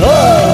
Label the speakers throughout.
Speaker 1: Ah,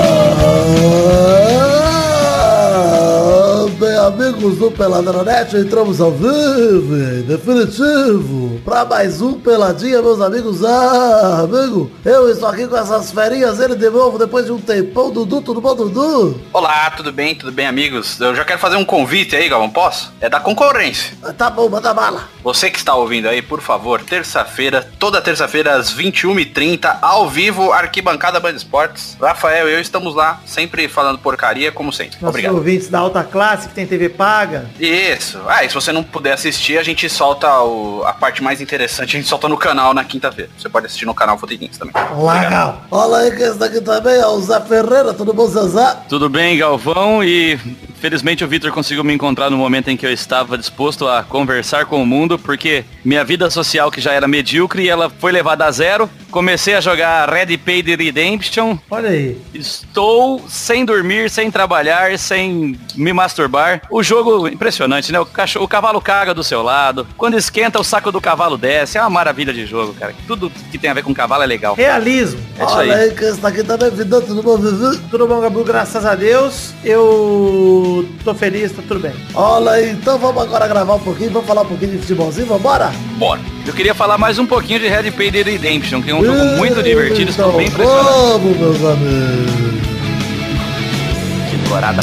Speaker 1: amigos do Peladranet, entramos ao vivo, em definitivo, pra mais um Peladinha, meus amigos. Ah, amigo, eu estou aqui com essas ferinhas, ele de novo, depois de um tempão, Dudu, tudo bom, Dudu?
Speaker 2: Olá, tudo bem, tudo bem, amigos? Eu já quero fazer um convite aí, Galvão, posso? É da concorrência.
Speaker 1: Ah, Tá bom, manda bala.
Speaker 2: Você que está ouvindo aí, por favor, terça-feira, toda terça-feira às 21h30, ao vivo, Arquibancada Band Esportes. Rafael e eu estamos lá, sempre falando porcaria, como sempre.
Speaker 3: Nossos
Speaker 2: Obrigado.
Speaker 3: ouvintes da alta classe que tem TV paga.
Speaker 2: Isso. Ah, e se você não puder assistir, a gente solta o- a parte mais interessante, a gente solta no canal na quinta-feira. Você pode assistir no canal Foteguins também.
Speaker 3: Legal.
Speaker 1: Olha aí quem está aqui também, é o Zé Ferreira, tudo bom, Zezé?
Speaker 4: Tudo bem, Galvão? E felizmente o Vitor conseguiu me encontrar no momento em que eu estava disposto a conversar com o mundo, porque minha vida social, que já era medíocre, ela foi levada a zero. Comecei a jogar Red Paid Redemption.
Speaker 3: Olha aí.
Speaker 4: Estou sem dormir, sem trabalhar, sem me masturbar. O jogo impressionante, né? O, cachorro, o cavalo caga do seu lado. Quando esquenta, o saco do cavalo desce. É uma maravilha de jogo, cara. Tudo que tem a ver com cavalo é legal.
Speaker 3: Realismo.
Speaker 4: É isso aí.
Speaker 1: Olha aí quem está aqui também, Vidão, tudo bom, Vivi?
Speaker 3: Tudo bom, Gabu? Graças a Deus. Eu tô feliz, tá tudo bem.
Speaker 1: Olha aí, então vamos agora gravar um pouquinho, vamos falar um pouquinho de futebolzinho, vambora?
Speaker 2: Bora.
Speaker 4: Eu queria falar mais um pouquinho de Red Paid Redemption, que é um jogo muito divertido, estou
Speaker 1: Então
Speaker 4: bem impressionado.
Speaker 1: Vamos, meus amigos.
Speaker 4: Que dourada.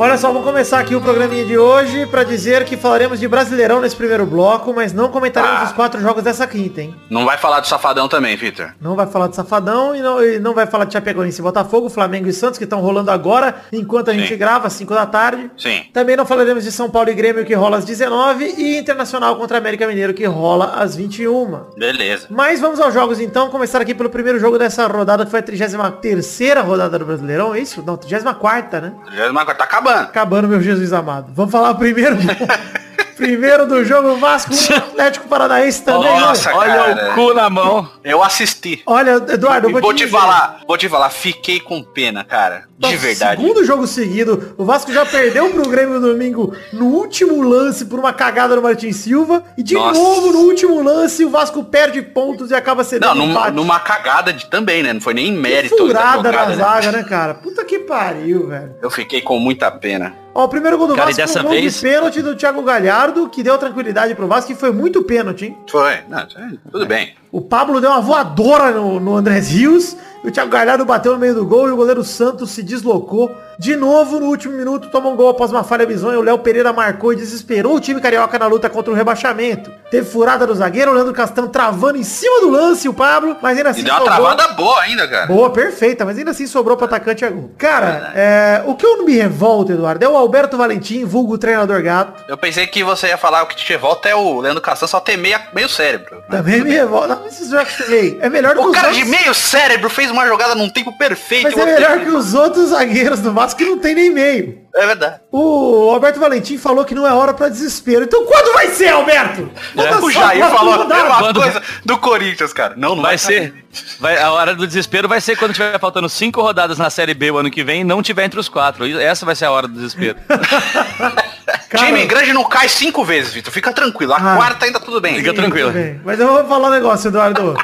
Speaker 3: Olha só, vamos começar aqui o programinha de hoje pra dizer que falaremos de Brasileirão nesse primeiro bloco, mas não comentaremos
Speaker 2: Ah.
Speaker 3: os quatro jogos dessa quinta, hein?
Speaker 2: Não vai falar do Safadão também, Vitor.
Speaker 3: Não vai falar de Safadão e não, e não vai falar de Chapecoense e Botafogo, Flamengo e Santos, que estão rolando agora, enquanto a gente
Speaker 2: Sim.
Speaker 3: grava, às 5 da tarde.
Speaker 2: Sim.
Speaker 3: Também não falaremos de São Paulo e Grêmio, que rola às 19 e Internacional contra América Mineiro, que rola às 21.
Speaker 2: Beleza.
Speaker 3: Mas vamos aos jogos então, começar aqui pelo primeiro jogo dessa rodada, que foi a 33ª rodada do Brasileirão, é isso? Não, 34ª, né?
Speaker 2: 34, Tá acabando.
Speaker 3: Acabando, meu Jesus amado. Vamos falar primeiro... primeiro do jogo Vasco e Atlético Paranaense também. né?
Speaker 2: Nossa,
Speaker 4: Olha
Speaker 2: cara.
Speaker 4: o cu na mão.
Speaker 2: Eu assisti.
Speaker 3: Olha, Eduardo,
Speaker 2: vou,
Speaker 3: eu vou,
Speaker 2: vou te,
Speaker 3: dizer.
Speaker 2: falar, vou te falar, fiquei com pena, cara. De
Speaker 3: Nossa,
Speaker 2: verdade.
Speaker 3: Segundo jogo seguido, o Vasco já perdeu pro Grêmio no domingo no último lance por uma cagada do Martin Silva. E de
Speaker 2: Nossa.
Speaker 3: novo, no último lance, o Vasco perde pontos e acaba cedendo um
Speaker 2: Não, numa,
Speaker 3: né, empate.
Speaker 2: numa cagada de, também, né? Não foi nem
Speaker 3: Que
Speaker 2: mérito. da
Speaker 3: furada na
Speaker 2: jogada, né?
Speaker 3: zaga, né, cara? Puta que pariu, velho.
Speaker 2: Eu fiquei com muita pena.
Speaker 3: Ó, o primeiro gol do
Speaker 4: Cara,
Speaker 3: Vasco
Speaker 4: e dessa
Speaker 3: foi um gol
Speaker 4: vez-
Speaker 3: de pênalti do Thiago Galhardo, que deu tranquilidade pro Vasco, e foi muito pênalti, hein?
Speaker 2: Foi. Não, tudo bem.
Speaker 3: O Pablo deu uma voadora no, no Andrés Rios. E o Thiago Galhardo bateu no meio do gol e o goleiro Santos se deslocou. De novo, no último minuto, tomou um gol após uma falha bizonha. O Léo Pereira marcou e desesperou o time carioca na luta contra o rebaixamento. Teve furada do zagueiro, o Leandro Castão travando em cima do lance o Pablo, mas ainda assim
Speaker 2: E deu uma
Speaker 3: sobrou-
Speaker 2: travada boa ainda, cara.
Speaker 3: Boa, perfeita, mas ainda assim sobrou pro atacante Agul. Cara, é, o que eu me revolto, Eduardo, é o Alberto Valentim, vulgo treinador gato.
Speaker 2: Eu pensei que você ia falar o que te revolta é o Leandro Castan só ter meia, meio cérebro. né?
Speaker 3: Também me revolta. Não, esses jogos também. É melhor
Speaker 2: O
Speaker 3: os
Speaker 2: cara de
Speaker 3: outros.
Speaker 2: meio cérebro fez uma jogada num tempo perfeito.
Speaker 3: Mas
Speaker 2: e o
Speaker 3: é
Speaker 2: outro
Speaker 3: melhor
Speaker 2: tempo-
Speaker 3: que os outros zagueiros do Vasco que não tem nem meio.
Speaker 2: É verdade.
Speaker 3: O Alberto Valentim falou que não é hora pra desespero. Então quando vai ser, Alberto? Manda só
Speaker 2: É, O Jair
Speaker 3: pra
Speaker 2: falou a
Speaker 3: mudar.
Speaker 2: mesma
Speaker 4: Quando-
Speaker 2: coisa do Corinthians, cara. Não, não
Speaker 4: Vai ser. Vai, a hora do desespero vai ser quando tiver faltando cinco rodadas na Série B o ano que vem e não tiver entre os quatro. E Essa vai ser a hora do desespero.
Speaker 3: Cara,
Speaker 2: Time grande não cai cinco vezes, Vitor. Fica tranquilo. A
Speaker 3: Ah.
Speaker 2: quarta ainda tudo bem.
Speaker 4: Fica
Speaker 3: tudo
Speaker 4: tranquilo.
Speaker 3: bem. Mas eu vou falar um negócio, Eduardo.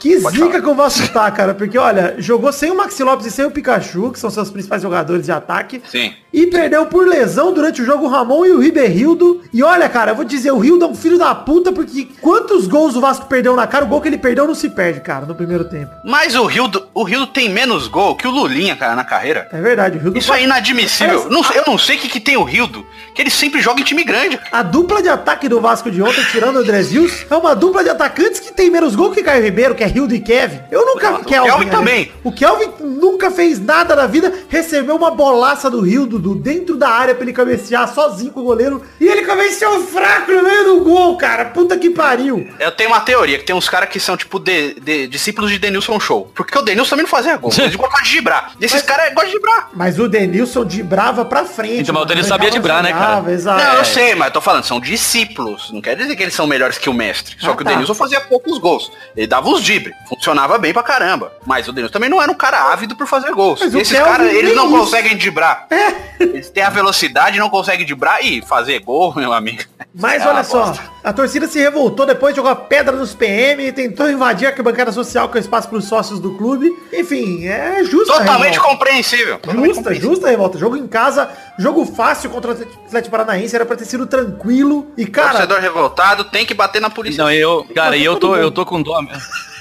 Speaker 3: Que zica que o Vasco tá, cara. Porque, olha, jogou sem o Maxi Lopes e sem o Pikachu, que são seus principais jogadores de ataque.
Speaker 2: Sim.
Speaker 3: E perdeu por lesão durante o jogo o Ramon e o Ribeirildo. E olha, cara, eu vou dizer, o Rildo é um filho da puta, porque quantos gols o Vasco perdeu na cara, o gol que ele perdeu não se perde, cara, no primeiro tempo.
Speaker 2: Mas o Rildo, o Rildo tem menos gol que o Lulinha, cara, na carreira.
Speaker 3: É verdade, o Rildo...
Speaker 2: Isso é inadmissível. Não sei- eu não sei o que, que tem o Rildo, que ele sempre joga em time grande.
Speaker 3: A dupla de ataque do Vasco de ontem, tirando o André Rios, é uma dupla de atacantes que tem menos gol que Caio Ribeiro, que é Rildo e Kevin. Eu nunca...
Speaker 2: O Kelvin também.
Speaker 3: O Kelvin nunca fez nada na vida, recebeu uma bolaça do Rildo do, dentro da área pra ele cabecear sozinho com o goleiro. E ele cabeceou fraco no meio do gol, cara. Puta que pariu.
Speaker 2: Eu tenho uma teoria, que tem uns caras que são, tipo, de- de- discípulos de Denilson Show. Porque o Denilson também não fazia gol. Eles gostam de gibrar. E esses caras gostam de gibrar.
Speaker 3: Mas o Denilson dibrava pra frente.
Speaker 4: Então, mas
Speaker 3: mano.
Speaker 4: o Denilson sabia
Speaker 3: Arrancava,
Speaker 4: driblar, né, cara?
Speaker 3: jogava, Exato.
Speaker 2: Não, eu sei, mas eu tô falando, são discípulos. Não quer dizer que eles são melhores que o mestre. Só
Speaker 3: Ah,
Speaker 2: que o
Speaker 3: tá.
Speaker 2: Denilson fazia poucos gols. Ele dava os dibre. Funcionava bem pra caramba. Mas o Denilson também não era um cara ávido por fazer gols.
Speaker 3: Mas o
Speaker 2: Esses
Speaker 3: Kelvin
Speaker 2: caras,
Speaker 3: nem
Speaker 2: eles não
Speaker 3: isso.
Speaker 2: conseguem dibrar.
Speaker 3: É.
Speaker 2: Eles têm a velocidade, não conseguem driblar e fazer gol, meu amigo.
Speaker 3: Mas
Speaker 2: É uma
Speaker 3: olha só,
Speaker 2: bosta.
Speaker 3: a torcida se revoltou depois, jogou a pedra nos PM, tentou invadir a arquibancada social, que é o espaço para os sócios do clube. Enfim, é justo.
Speaker 2: Totalmente compreensível. Totalmente
Speaker 3: Justa, justa a revolta. Jogo em casa, jogo fácil contra o Atlético Paranaense, era pra ter sido tranquilo. E, cara,
Speaker 2: Torcedor revoltado tem que bater na polícia.
Speaker 4: Não, eu, cara,
Speaker 3: matar
Speaker 4: e eu
Speaker 3: todo
Speaker 4: tô, eu
Speaker 3: mundo.
Speaker 4: tô com dó.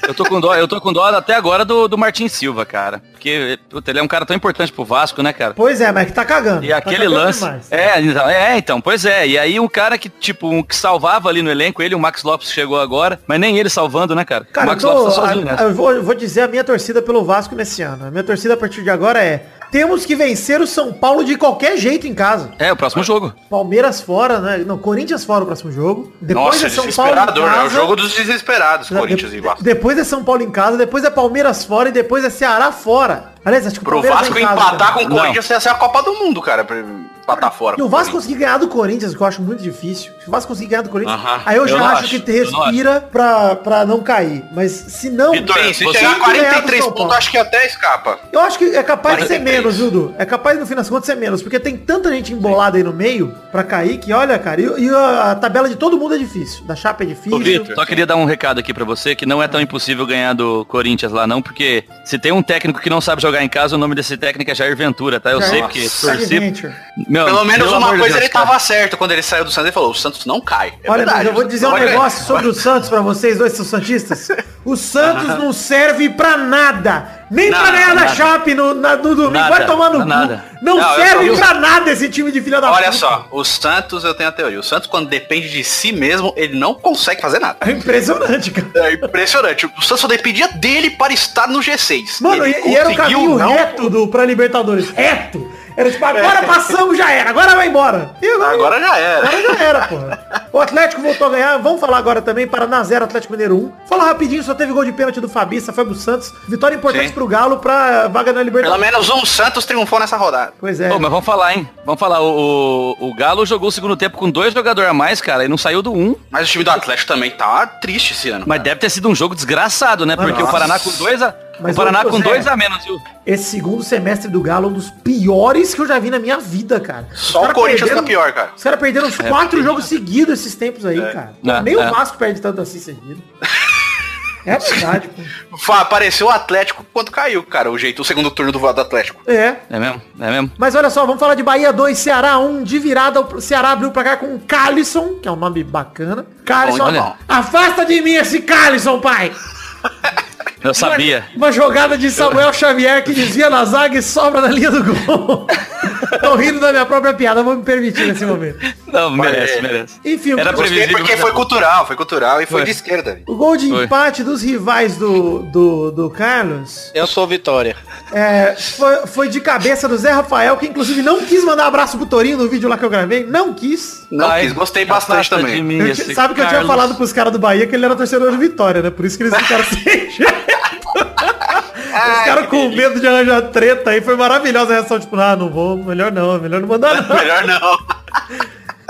Speaker 4: Eu tô com dó, eu tô com dó até agora do, do Martin Silva, cara. Porque puta, ele é um cara tão importante pro Vasco, né, cara?
Speaker 3: pois é, mas que tá cagando.
Speaker 4: E
Speaker 3: Tá
Speaker 4: aquele
Speaker 3: cagando
Speaker 4: lance.
Speaker 3: demais.
Speaker 4: É então, é, então, pois é. E aí um cara que, tipo, um que salvava ali no elenco, ele, o Max Lopes chegou agora, mas nem ele salvando, né, cara? o
Speaker 3: Cara, eu,
Speaker 4: Max
Speaker 3: tô-
Speaker 4: Lopes tá sozinho,
Speaker 3: a-
Speaker 4: né?
Speaker 3: eu vou, eu vou dizer a minha torcida pelo Vasco nesse ano. A minha torcida a partir de agora é: temos que vencer o São Paulo de qualquer jeito em casa.
Speaker 4: É, o próximo jogo.
Speaker 3: Palmeiras fora, né? Não, Corinthians fora o próximo jogo. Depois
Speaker 2: Nossa,
Speaker 3: é São Paulo em
Speaker 2: desesperador. É o
Speaker 3: casa.
Speaker 2: jogo dos desesperados,
Speaker 3: Né,
Speaker 2: Corinthians
Speaker 3: de-
Speaker 2: e Vasco.
Speaker 3: Depois é São Paulo em casa, depois é Palmeiras fora e depois é Ceará fora. Aliás, acho que o
Speaker 2: Pro
Speaker 3: Palmeiras é
Speaker 2: Vasco
Speaker 3: em casa
Speaker 2: empatar
Speaker 3: também.
Speaker 2: com o Corinthians ia ser a Copa do Mundo, cara. pra Empatar fora.
Speaker 3: E o Vasco conseguir ganhar do Corinthians, que eu acho muito difícil. Se o Vasco conseguir ganhar do Corinthians,
Speaker 2: Aham.
Speaker 3: aí eu,
Speaker 4: Eu
Speaker 3: já
Speaker 4: não
Speaker 3: acho,
Speaker 4: acho,
Speaker 3: que te
Speaker 4: eu não
Speaker 3: respira pra, pra não cair. Mas se não.
Speaker 2: Vitor, se
Speaker 4: você-
Speaker 2: chegar a
Speaker 3: ganhar do
Speaker 2: 43
Speaker 3: São Paulo.
Speaker 2: pontos, acho que até escapa.
Speaker 3: Eu acho que é capaz de ser
Speaker 2: 43.
Speaker 3: menos, viu, Du? É capaz, no fim das contas, ser menos. Porque tem tanta gente embolada aí no meio pra cair que, olha, cara, e, e a, a tabela de todo mundo é difícil. Da chapa é difícil.
Speaker 4: Ô, Vitor, só queria dar um recado aqui pra você, que não é tão impossível ganhar do Corinthians lá não, porque se tem um técnico que não sabe jogar em casa, o nome desse técnico é Jair Ventura, tá? Eu
Speaker 3: Jair
Speaker 4: sei porque torci...
Speaker 3: Venture.
Speaker 4: Meu,
Speaker 2: Pelo menos
Speaker 4: pelo
Speaker 2: uma
Speaker 4: amor de
Speaker 2: coisa
Speaker 4: Deus,
Speaker 2: ele
Speaker 4: cara.
Speaker 2: tava certo quando ele saiu do Santos. Ele falou, o Santos não cai. É
Speaker 3: Olha,
Speaker 2: verdade,
Speaker 3: Dudu, eu vou
Speaker 2: o
Speaker 3: dizer um
Speaker 2: Santos não vai
Speaker 3: negócio sobre o Santos pra vocês dois, seus santistas. O Santos não serve pra nada. Nem pra
Speaker 4: Nada,
Speaker 3: ganhar da
Speaker 4: nada.
Speaker 3: Chape no, na- no domingo.
Speaker 4: Nada,
Speaker 3: Vai tomar no cu.
Speaker 4: nada.
Speaker 3: Não,
Speaker 2: Não, eu
Speaker 3: serve
Speaker 2: só- eu-
Speaker 3: pra nada esse time de filha da
Speaker 2: Olha
Speaker 3: puta.
Speaker 2: só, o Santos, eu tenho a teoria. O Santos, quando depende de si mesmo, ele não consegue fazer nada.
Speaker 3: É impressionante, cara.
Speaker 2: É impressionante. O Santos só dependia dele para estar no G6.
Speaker 3: Mano,
Speaker 2: ele
Speaker 3: e, e era o
Speaker 2: conseguiu
Speaker 3: caminho
Speaker 2: não- É.
Speaker 3: reto do, pra Libertadores. Reto. Era tipo, agora passamos, já era. Agora vai embora. E vai-
Speaker 2: Agora já era.
Speaker 3: Agora já era, porra. O Atlético voltou a ganhar. Vamos falar agora também. Paraná 0, Atlético Mineiro 1. Falar rapidinho, só teve gol de pênalti do Fabiça, foi pro Santos. Vitória importante
Speaker 2: Sim.
Speaker 3: pro Galo pra vaga na
Speaker 2: Pelo
Speaker 3: Libertadores.
Speaker 2: menos um Santos triunfou nessa rodada.
Speaker 3: Pois é.
Speaker 4: Ô, mas vamos falar, hein? Vamos falar, o, o, o Galo jogou o segundo tempo com dois jogadores a mais, cara, e não saiu do um.
Speaker 2: Mas o time do Atlético também tá triste esse ano.
Speaker 4: Mas deve ter sido um jogo desgraçado, né? Porque
Speaker 3: Nossa.
Speaker 4: o Paraná com dois a.
Speaker 3: Mas,
Speaker 4: o Paraná
Speaker 3: ô,
Speaker 4: com
Speaker 3: Zé,
Speaker 4: dois a menos, viu?
Speaker 3: Esse segundo semestre do Galo é um dos piores que eu já vi na minha vida, cara. Os
Speaker 2: Só o
Speaker 3: caras
Speaker 2: Corinthians
Speaker 3: perderam-
Speaker 2: tá pior, É. cara.
Speaker 3: Os caras perderam uns quatro jogos seguidos esses tempos aí, cara.
Speaker 4: É,
Speaker 3: Nem
Speaker 4: é.
Speaker 3: o Vasco perde tanto assim seguido. É verdade, pô.
Speaker 2: Fa- Apareceu o Atlético quando caiu, cara, o jeito, o segundo turno do, do Atlético.
Speaker 3: É.
Speaker 4: É mesmo? É mesmo?
Speaker 3: Mas olha só, vamos falar de Bahia 2, Ceará 1, de virada, o Ceará abriu pra cá com o Calisson, que é um nome bacana. Calisson,
Speaker 4: Olha.
Speaker 3: não. afasta de mim esse Calisson, pai!
Speaker 4: Eu sabia.
Speaker 3: Uma jogada de Samuel Xavier que desvia na zaga e sobra na linha do gol. Tô rindo da minha própria piada, vou me permitir nesse momento.
Speaker 4: Não, merece,
Speaker 2: é.
Speaker 4: merece.
Speaker 3: Enfim, o
Speaker 4: Era
Speaker 3: que-
Speaker 2: Gostei
Speaker 4: previsível.
Speaker 2: porque foi cultural, foi cultural e foi,
Speaker 4: Foi.
Speaker 2: de esquerda.
Speaker 3: o gol de
Speaker 4: Foi.
Speaker 3: empate dos rivais do, do, do Carlos
Speaker 5: Eu sou Vitória.
Speaker 3: é, foi, foi de cabeça do Zé Rafael, que inclusive não quis mandar abraço pro Torinho no vídeo lá que eu gravei, não quis.
Speaker 2: Não
Speaker 4: Vai,
Speaker 2: quis, gostei bastante
Speaker 4: afasta de
Speaker 2: também.
Speaker 4: mim,
Speaker 3: Eu
Speaker 4: esse
Speaker 3: ti- sabe que eu tinha
Speaker 4: Carlos.
Speaker 3: falado pros caras do Bahia que ele era torcedor do Vitória, né? Por isso que eles ficaram sem jeito.
Speaker 2: Ah,
Speaker 3: Os
Speaker 2: é
Speaker 3: caras com medo de arranjar treta aí. Foi maravilhosa a reação, tipo, ah, não vou, melhor não, melhor não mandar não.
Speaker 2: Melhor não.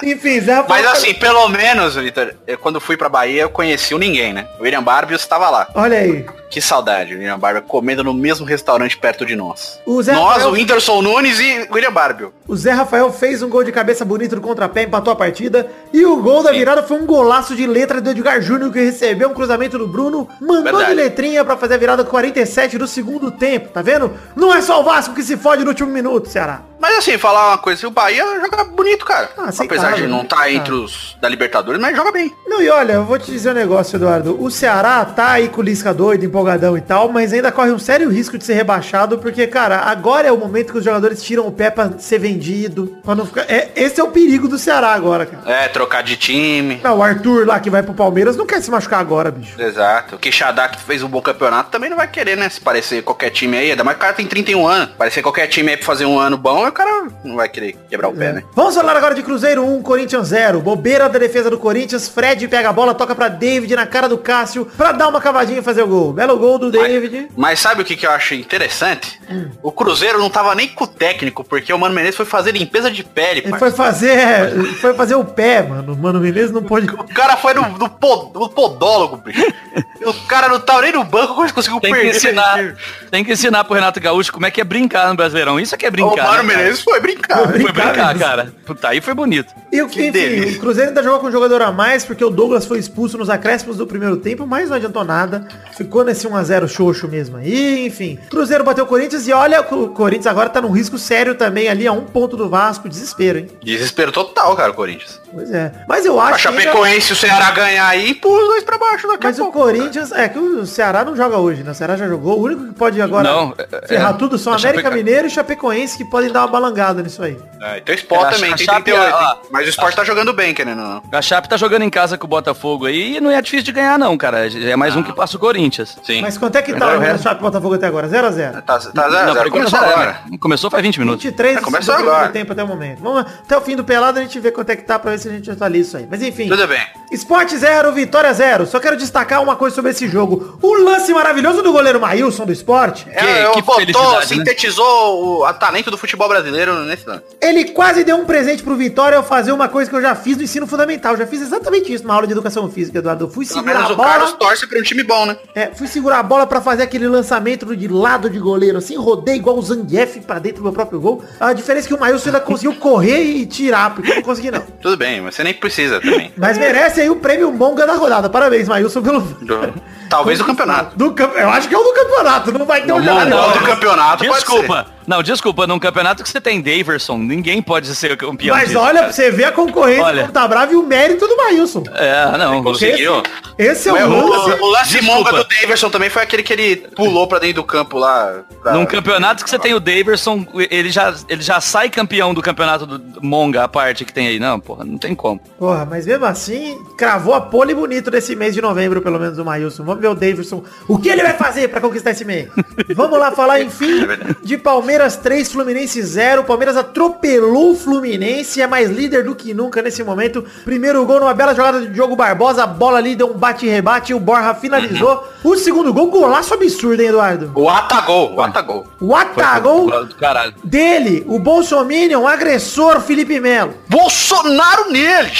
Speaker 3: Enfim, Zé Rafael.
Speaker 2: Mas assim, pelo menos, Vitor, eu- quando fui pra Bahia, eu conheci o ninguém, né? O William Barbios estava lá.
Speaker 3: Olha aí.
Speaker 2: Que saudade, o William Barbios comendo no mesmo restaurante perto de nós.
Speaker 3: O Zé
Speaker 2: nós,
Speaker 3: Rafael-
Speaker 2: o Whindersson Nunes e o William Barbios.
Speaker 3: O Zé Rafael fez um gol de cabeça bonito do contrapé, empatou a partida. E o gol da virada foi um golaço de letra do Edgar Júnior, que recebeu um cruzamento do Bruno, mandou de
Speaker 2: Verdade.
Speaker 3: letrinha pra fazer a virada 47 do segundo tempo, tá vendo? Não é só o Vasco que se fode no último minuto, Ceará.
Speaker 2: Mas assim, falar uma coisa, o Bahia joga bonito, cara.
Speaker 3: Ah, aceitável,
Speaker 2: Apesar de não estar
Speaker 3: aceitável.
Speaker 2: entre os da Libertadores, mas joga bem.
Speaker 3: Não, e olha, eu vou te dizer um negócio, Eduardo. O Ceará tá aí com o Lisca doido, empolgadão e tal, mas ainda corre um sério risco de ser rebaixado, porque, cara, agora é o momento que os jogadores tiram o pé pra ser vendido. Pra não ficar... é, esse é o perigo do Ceará agora, cara.
Speaker 2: É, trocar de time.
Speaker 3: Não, o Arthur lá que vai pro Palmeiras não quer se machucar agora, bicho.
Speaker 2: Exato. O Quixadá que fez um bom campeonato também não vai querer, né? Se parecer qualquer time aí. Ainda mais que o cara tem 31 anos. Parecer qualquer time aí pra fazer um ano bom, o cara não vai querer quebrar o pé, né?
Speaker 3: Vamos falar agora de Cruzeiro 1, Corinthians 0. Bobeira da defesa do Corinthians. Fred pega a bola, toca pra David na cara do Cássio pra dar uma cavadinha e fazer o gol. Belo gol do David.
Speaker 2: Mas sabe o que, que eu acho interessante?
Speaker 3: Hum.
Speaker 2: O Cruzeiro não tava nem com o técnico, porque o Mano Menezes foi fazer limpeza de pele,
Speaker 3: Ele foi
Speaker 2: parça.
Speaker 3: fazer, foi fazer o pé, mano. Mano, Menezes não pôde
Speaker 2: O cara foi no, no, po- no podólogo, bicho. o cara não tava nem no banco, mas conseguiu
Speaker 4: Tem que
Speaker 2: perder.
Speaker 4: ensinar. Tem que ensinar pro Renato Gaúcho como é que é brincar no Brasileirão. Isso é que é
Speaker 2: O
Speaker 4: brincar.
Speaker 2: Mano
Speaker 4: né, cara?
Speaker 2: Menezes Corinthians foi brincar. né?
Speaker 4: Foi brincar, cara. Puta, aí foi bonito.
Speaker 3: E o que,
Speaker 2: Que
Speaker 3: enfim,
Speaker 2: delícia.
Speaker 3: o Cruzeiro ainda jogou com um jogador a mais, porque o Douglas foi expulso nos acréscimos do primeiro tempo, mas não adiantou nada. Ficou nesse 1x0 xoxo mesmo aí, enfim. Cruzeiro bateu o Corinthians e olha, o Corinthians agora tá num risco sério também ali, a um ponto do Vasco, desespero, hein?
Speaker 2: Desespero total, cara, o Corinthians.
Speaker 3: Pois é. Mas eu
Speaker 2: A
Speaker 3: acho ainda-
Speaker 2: Chapecoense, o Ceará ganhar aí, pula os dois pra baixo daqui
Speaker 3: Mas
Speaker 2: a
Speaker 3: o
Speaker 2: pouco. né?
Speaker 3: Corinthians, é que o Ceará não joga hoje, né? O Ceará já jogou. O único que pode agora
Speaker 4: Não, é-
Speaker 3: ferrar
Speaker 4: é-
Speaker 3: tudo são
Speaker 4: é
Speaker 3: América
Speaker 4: Chapeca-
Speaker 3: Mineiro e Chapecoense que podem dar uma balangada nisso aí.
Speaker 2: É, e tem o Sport
Speaker 4: A
Speaker 2: também, tem
Speaker 4: Chape,
Speaker 2: 38.
Speaker 4: ó,
Speaker 2: hein? Mas o Sport tá jogando bem, querendo ou não.
Speaker 4: A Chape tá jogando em casa com o Botafogo aí e não é difícil de ganhar, não, cara. É mais
Speaker 3: Ah.
Speaker 4: um que passa o Corinthians.
Speaker 2: Sim.
Speaker 3: Mas quanto é que
Speaker 2: Melhor
Speaker 3: tá
Speaker 2: o
Speaker 3: o
Speaker 2: resto.
Speaker 3: Chape Botafogo até agora? 0 a 0
Speaker 2: Tá, tá zero,
Speaker 4: Não,
Speaker 2: zero.
Speaker 4: por enquanto
Speaker 2: Começou
Speaker 4: já era,
Speaker 2: agora.
Speaker 4: né? Começou faz 20 minutos.
Speaker 3: 23
Speaker 2: É, começa
Speaker 3: do primeiro
Speaker 2: agora.
Speaker 3: tempo até o momento. Vamos lá. até o fim do pelado a gente vê quanto é que tá pra ver se a gente atualiza isso aí. Mas enfim.
Speaker 2: Tudo bem.
Speaker 3: Esporte 0, vitória 0. Só quero destacar uma coisa sobre esse jogo. O lance maravilhoso do goleiro Maílson do esporte.
Speaker 2: Que, é,
Speaker 4: que
Speaker 2: que botou,
Speaker 4: felicidade, né?
Speaker 2: sintetizou o a talento do futebol brasileiro nesse lance.
Speaker 3: Ele quase deu um presente pro Vitória ao fazer uma coisa que eu já fiz no ensino fundamental. Eu já fiz exatamente isso na aula de educação física, Eduardo. Eu fui
Speaker 2: Pelo
Speaker 3: segurar
Speaker 2: menos
Speaker 3: a
Speaker 2: o Carlos
Speaker 3: bola.
Speaker 2: torce pra um time bom, né?
Speaker 3: É, fui segurar a bola pra fazer aquele lançamento de lado de goleiro, assim, rodei igual o Zangief pra dentro do meu próprio gol. A diferença é que o Maílson ainda conseguiu correr e tirar, porque eu não consegui não.
Speaker 2: Tudo bem, mas você nem precisa também.
Speaker 3: Mas merece aí o prêmio Monga da rodada. Parabéns, Maílson, pelo.
Speaker 2: Do- Talvez o campeonato.
Speaker 3: Do campe... Eu acho que é o do campeonato, não vai ter um
Speaker 4: Não,
Speaker 3: jogador.
Speaker 2: não,
Speaker 4: não,
Speaker 2: do campeonato pode
Speaker 4: Desculpa. Não, desculpa. Num campeonato que você tem Daverson, ninguém pode ser campeão
Speaker 3: Mas
Speaker 4: disso,
Speaker 3: olha, pra
Speaker 4: cara.
Speaker 3: você vê a concorrência
Speaker 4: Olha.
Speaker 3: como tá brava e o mérito do Maílson.
Speaker 4: É, não.
Speaker 2: Conseguiu.
Speaker 3: Esse é
Speaker 2: O,
Speaker 3: o
Speaker 2: o,
Speaker 3: lance.
Speaker 2: o lance
Speaker 4: Desculpa.
Speaker 2: monga do Davidson também foi aquele que ele pulou pra dentro do campo lá. pra-
Speaker 4: Num campeonato que você tem o Daverson, ele já, ele já sai campeão do campeonato do Monga, a parte que tem aí. Não, porra, não tem como.
Speaker 3: Porra, mas mesmo assim, cravou a pole bonito desse mês de novembro, pelo menos o Maílson. Vamos ver o Davidson. O que ele vai fazer pra conquistar esse mês? Vamos lá falar, enfim, de Palmeiras 3, Fluminense 0. O Palmeiras atropelou o Fluminense, é mais líder do que nunca nesse momento. Primeiro gol numa bela jogada de Diogo Barbosa, a bola ali deu um bate-rebate, o Borja finalizou. O segundo gol, golaço absurdo, hein, Eduardo?
Speaker 2: O Atagol, o Atagol.
Speaker 3: O atagol
Speaker 4: Do Caralho.
Speaker 3: dele, o Bolsominion, agressor Felipe Melo.
Speaker 2: Bolsonaro nele!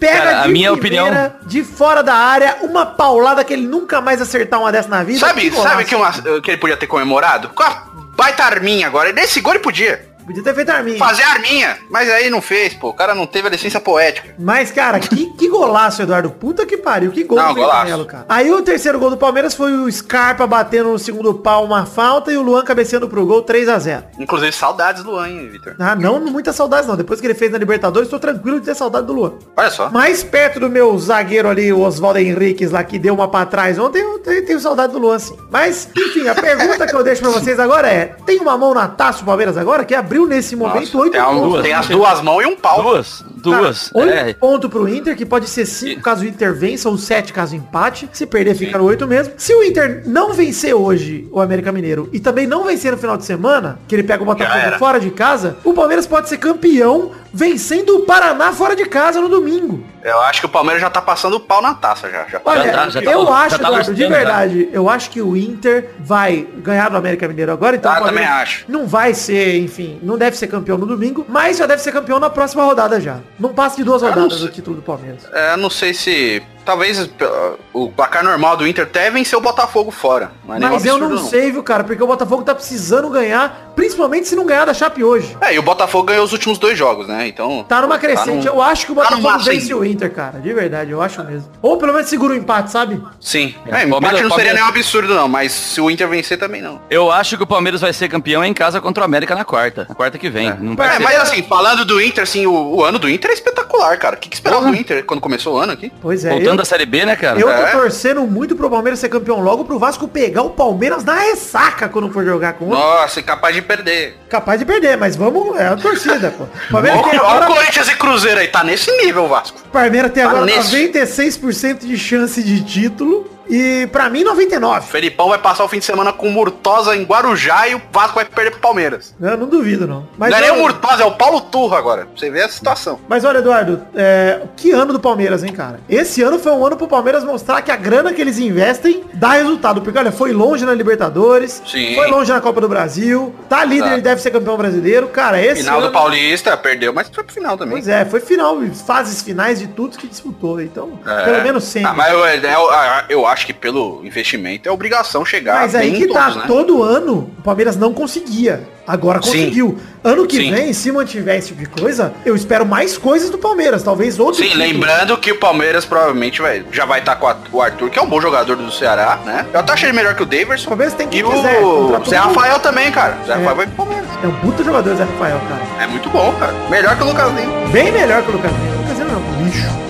Speaker 3: Pega
Speaker 4: Cara,
Speaker 3: de
Speaker 4: a minha
Speaker 3: primeira, de fora da área, uma paulada que ele nunca mais acertar uma dessa na vida.
Speaker 2: Sabe,
Speaker 3: golaço.
Speaker 2: sabe que, uma- que ele podia ter comemorado? Com a baita arminha agora. Nesse gol ele podia
Speaker 3: Podia ter feito arminha.
Speaker 2: fazer a arminha, mas aí não fez, pô. O cara não teve a licença poética.
Speaker 3: Mas, cara, que, que golaço, Eduardo. Puta que pariu. Que gol
Speaker 2: Não,
Speaker 3: do Felipe
Speaker 2: golaço.
Speaker 3: Melo, cara. Aí o terceiro gol do Palmeiras foi o Scarpa batendo no segundo pau uma falta e o Luan cabeceando pro gol 3 a 0
Speaker 2: Inclusive, saudades do Luan, hein, Vitor?
Speaker 3: Ah, não, muita saudades não. Depois que ele fez na Libertadores, tô tranquilo de ter saudade do Luan.
Speaker 2: Olha só.
Speaker 3: Mais perto do meu zagueiro ali, o Oswaldo Henriquez, lá que deu uma pra trás ontem, eu te- tenho saudade do Luan, sim. Mas, enfim, a pergunta que eu deixo pra vocês agora é, tem uma mão na taça o Palmeiras agora, que abriu nesse momento
Speaker 2: Nossa,
Speaker 3: oito
Speaker 2: tem, a-
Speaker 3: pontos.
Speaker 2: tem as duas mãos e um pau.
Speaker 4: Duas,
Speaker 3: Cara,
Speaker 4: duas.
Speaker 3: oito
Speaker 4: é.
Speaker 3: pontos pro Inter, que pode ser cinco caso o Inter vença, ou sete caso empate. Se perder, fica no oito mesmo. Se o Inter não vencer hoje o América Mineiro e também não vencer no final de semana, que ele pega o
Speaker 2: Já
Speaker 3: Botafogo
Speaker 2: era.
Speaker 3: fora de casa, o Palmeiras pode ser campeão vencendo o Paraná fora de casa no domingo.
Speaker 2: Eu acho que o Palmeiras já tá passando o pau na taça já. já.
Speaker 3: Olha,
Speaker 4: Já tá- já tá-
Speaker 3: eu
Speaker 4: já tá
Speaker 3: acho, Eduardo, de
Speaker 4: gostando,
Speaker 3: verdade, eu acho que o Inter vai ganhar do América Mineiro agora, então
Speaker 2: Ah,
Speaker 3: o Palmeiras
Speaker 2: também acho.
Speaker 3: não vai ser, enfim, não deve ser campeão no domingo, mas já deve ser campeão na próxima rodada já. Não passa de duas
Speaker 2: não
Speaker 3: rodadas
Speaker 2: sei.
Speaker 3: o título do Palmeiras.
Speaker 2: É, não sei se. Talvez eh, o placar normal do Inter até vencer o Botafogo fora. Não é nenhum
Speaker 3: Mas eu
Speaker 2: absurdo,
Speaker 3: não sei, viu, cara, porque o Botafogo tá precisando ganhar, principalmente se não ganhar da Chape hoje.
Speaker 2: É, e o Botafogo ganhou os últimos dois jogos, né? Então.
Speaker 3: Tá numa crescente.
Speaker 2: num-
Speaker 3: Eu acho que o
Speaker 2: tá num
Speaker 3: Botafogo
Speaker 2: massa
Speaker 3: vence
Speaker 2: ainda.
Speaker 3: o Inter, cara. De verdade, eu acho mesmo. Ou pelo menos segura o empate, sabe?
Speaker 2: Sim. É,
Speaker 4: É,
Speaker 2: empate não
Speaker 4: Palmeiras-
Speaker 2: seria
Speaker 4: Palmeiras-
Speaker 2: nenhum absurdo, não. Mas se o Inter vencer também não.
Speaker 4: Eu acho que o Palmeiras vai ser campeão em casa contra o América na quarta. Na quarta que vem. Não vai
Speaker 2: É,
Speaker 4: ser-
Speaker 2: mas assim, falando do Inter, assim, o, o ano do Inter é espetacular, cara. O que, que esperava do Inter quando começou o ano aqui?
Speaker 3: Pois é.
Speaker 4: Voltando
Speaker 3: eu-
Speaker 4: da Série B, né, cara?
Speaker 3: Eu
Speaker 2: É.
Speaker 3: tô torcendo muito pro Palmeiras ser campeão logo, pro Vasco pegar o Palmeiras na ressaca quando for jogar com o outro.
Speaker 2: Nossa, incapaz de perder.
Speaker 3: Capaz de perder, mas vamos, é a torcida, pô. O Palmeiras tem
Speaker 2: Olha o
Speaker 3: Tá agora,
Speaker 2: Corinthians e Cruzeiro aí, tá nesse nível o Vasco.
Speaker 3: o Palmeiras tem
Speaker 2: tá
Speaker 3: agora
Speaker 2: nesse.
Speaker 3: 96% de chance de título e pra mim
Speaker 2: O
Speaker 3: 99.
Speaker 2: Felipão vai passar o fim de semana com o Murtosa em Guarujá e o Vasco vai perder pro Palmeiras.
Speaker 3: Eu Né, não duvido não. Mas
Speaker 2: não é nem
Speaker 3: olha,
Speaker 2: o Murtosa, é o Paulo Turra agora. Pra você ver a situação.
Speaker 3: mas olha, Eduardo, é, que ano do Palmeiras, hein, cara? Esse ano foi um ano pro Palmeiras mostrar que a grana que eles investem dá resultado. Porque, olha, foi longe na Libertadores,
Speaker 2: Sim.
Speaker 3: foi longe na Copa do Brasil, tá líder,
Speaker 2: Exato.
Speaker 3: ele deve ser campeão brasileiro. Cara, esse
Speaker 2: Final
Speaker 3: ano...
Speaker 2: do Paulista, perdeu, mas foi pro final também.
Speaker 3: Pois é, foi final, fases finais de tudo que disputou. Então,
Speaker 2: É.
Speaker 3: pelo menos sempre.
Speaker 2: Ah, mas é, eu, eu- eu- eu acho acho que pelo investimento é obrigação chegar
Speaker 3: Mas aí
Speaker 2: bem
Speaker 3: que
Speaker 2: em
Speaker 3: tá,
Speaker 2: todos, né?
Speaker 3: todo ano o Palmeiras não conseguia. Agora
Speaker 2: Sim.
Speaker 3: conseguiu. Ano que
Speaker 2: Sim.
Speaker 3: vem, se mantiver esse tipo de coisa, eu espero mais coisas do Palmeiras. Talvez outro.
Speaker 2: Sim,
Speaker 3: título.
Speaker 2: lembrando que o Palmeiras provavelmente vai, já vai estar com a- o Arthur, que é um bom jogador do Ceará, né? Eu até achei ele melhor que o
Speaker 3: O
Speaker 2: Daverson.
Speaker 3: Palmeiras tem quem
Speaker 2: E
Speaker 3: quiser.
Speaker 2: o
Speaker 3: contrata
Speaker 2: Zé
Speaker 3: todo mundo.
Speaker 2: Rafael também, cara. O Zé
Speaker 3: É.
Speaker 2: Rafael vai pro Palmeiras.
Speaker 3: É um puta jogador, Zé Rafael, cara.
Speaker 2: É muito bom, cara. Melhor que o Lucas Lima.
Speaker 3: Bem melhor que o Lucas Lima. O Lucas Lima é um lixo.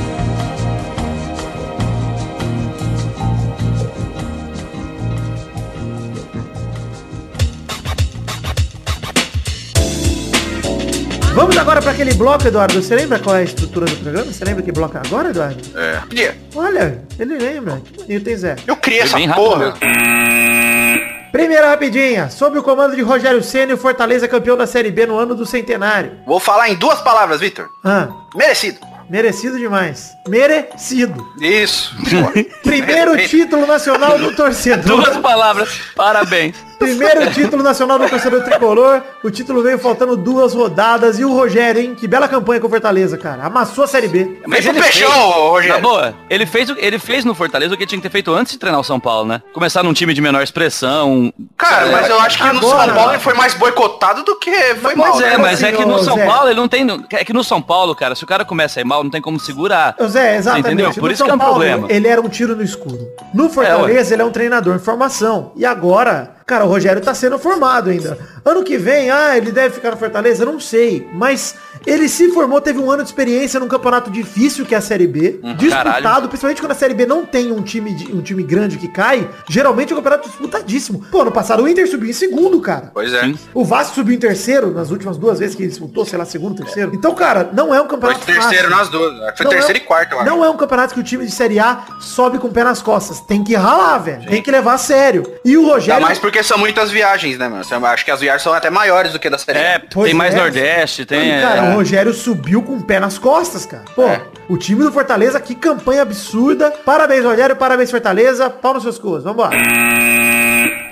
Speaker 3: Vamos agora para aquele bloco, Eduardo. Você lembra qual é a estrutura do programa? Você lembra que bloco é agora, Eduardo?
Speaker 2: É. Podia.
Speaker 3: Olha, ele lembra. Que bonito, hein, Zé?
Speaker 2: Eu criei
Speaker 4: Foi
Speaker 2: essa
Speaker 4: bem rápido né?
Speaker 2: porra.
Speaker 4: mesmo.
Speaker 3: Primeira rapidinha. Sob o comando de Rogério Senna, o Fortaleza é campeão da Série B no ano do centenário.
Speaker 2: Vou falar em duas palavras, Vitor.
Speaker 3: Ah,
Speaker 2: Merecido.
Speaker 3: merecido demais. Merecido.
Speaker 2: Isso.
Speaker 3: Primeiro título nacional do torcedor.
Speaker 4: Duas palavras, parabéns.
Speaker 3: Primeiro título nacional do torcedor tricolor. O título veio faltando duas rodadas. E o Rogério, hein? Que bela campanha com o Fortaleza, cara. Amassou a Série B.
Speaker 2: Mas pro Peixão, ô,
Speaker 4: Na
Speaker 2: Rogério.
Speaker 4: boa, ele fez, o- ele fez no Fortaleza o que tinha que ter feito antes de treinar o São Paulo, né? Começar num time de menor expressão.
Speaker 2: Cara, mas eu acho que no
Speaker 3: Agora-
Speaker 2: São Paulo ele foi mais boicotado do que foi mal.
Speaker 4: Mas é,
Speaker 2: né?
Speaker 4: mas é
Speaker 3: assim,
Speaker 4: que
Speaker 3: ô,
Speaker 4: no São
Speaker 3: Zé.
Speaker 4: Paulo ele não tem. É que no São Paulo, cara, se o cara começa a ir mal, não tem como segurar.
Speaker 3: Ô, Zé, exatamente.
Speaker 4: Entendeu?
Speaker 3: No
Speaker 4: Por isso que é um problema.
Speaker 3: Ele era um tiro no escuro. No Fortaleza, ele é um treinador em formação. E agora, cara, o Rogério tá sendo formado ainda. Ano que vem, ah, ele deve ficar no Fortaleza? Não sei. Mas ele se formou, teve um ano de experiência num campeonato difícil, que é a Série B. disputado,
Speaker 4: Uhum. caralho.
Speaker 3: principalmente quando a Série B não tem um time, de- um time grande que cai. Geralmente é um campeonato disputadíssimo. Pô, ano passado o Inter subiu em segundo, cara.
Speaker 2: Pois é.
Speaker 4: Sim.
Speaker 3: O Vasco subiu em terceiro nas últimas duas vezes que ele disputou, sei lá, segundo, terceiro. Então, cara, não é um
Speaker 2: Foi
Speaker 3: campeonato
Speaker 2: terceiro
Speaker 3: fácil.
Speaker 2: nas duas. Acho que Foi
Speaker 3: Não
Speaker 2: terceiro
Speaker 3: é-
Speaker 2: e quarto, eu acho.
Speaker 3: Não é um campeonato que o time de Série A sobe com o pé nas costas. Tem que ralar, velho. Tem que levar a sério. E o
Speaker 2: Ainda
Speaker 3: Rogério.
Speaker 2: mais porque são muitas viagens, né, mano? Eu Acho que as viagens são até maiores do que da série.
Speaker 4: É,
Speaker 2: A.
Speaker 3: Pois
Speaker 4: tem mais
Speaker 3: é.
Speaker 4: Nordeste, tem.
Speaker 3: Mano, cara,
Speaker 4: é,
Speaker 3: o Rogério subiu com o pé nas costas, cara. Pô,
Speaker 2: É.
Speaker 3: o time do Fortaleza, que campanha absurda. Parabéns, Rogério. Parabéns, Fortaleza. Pau nos seus cursos. Vambora.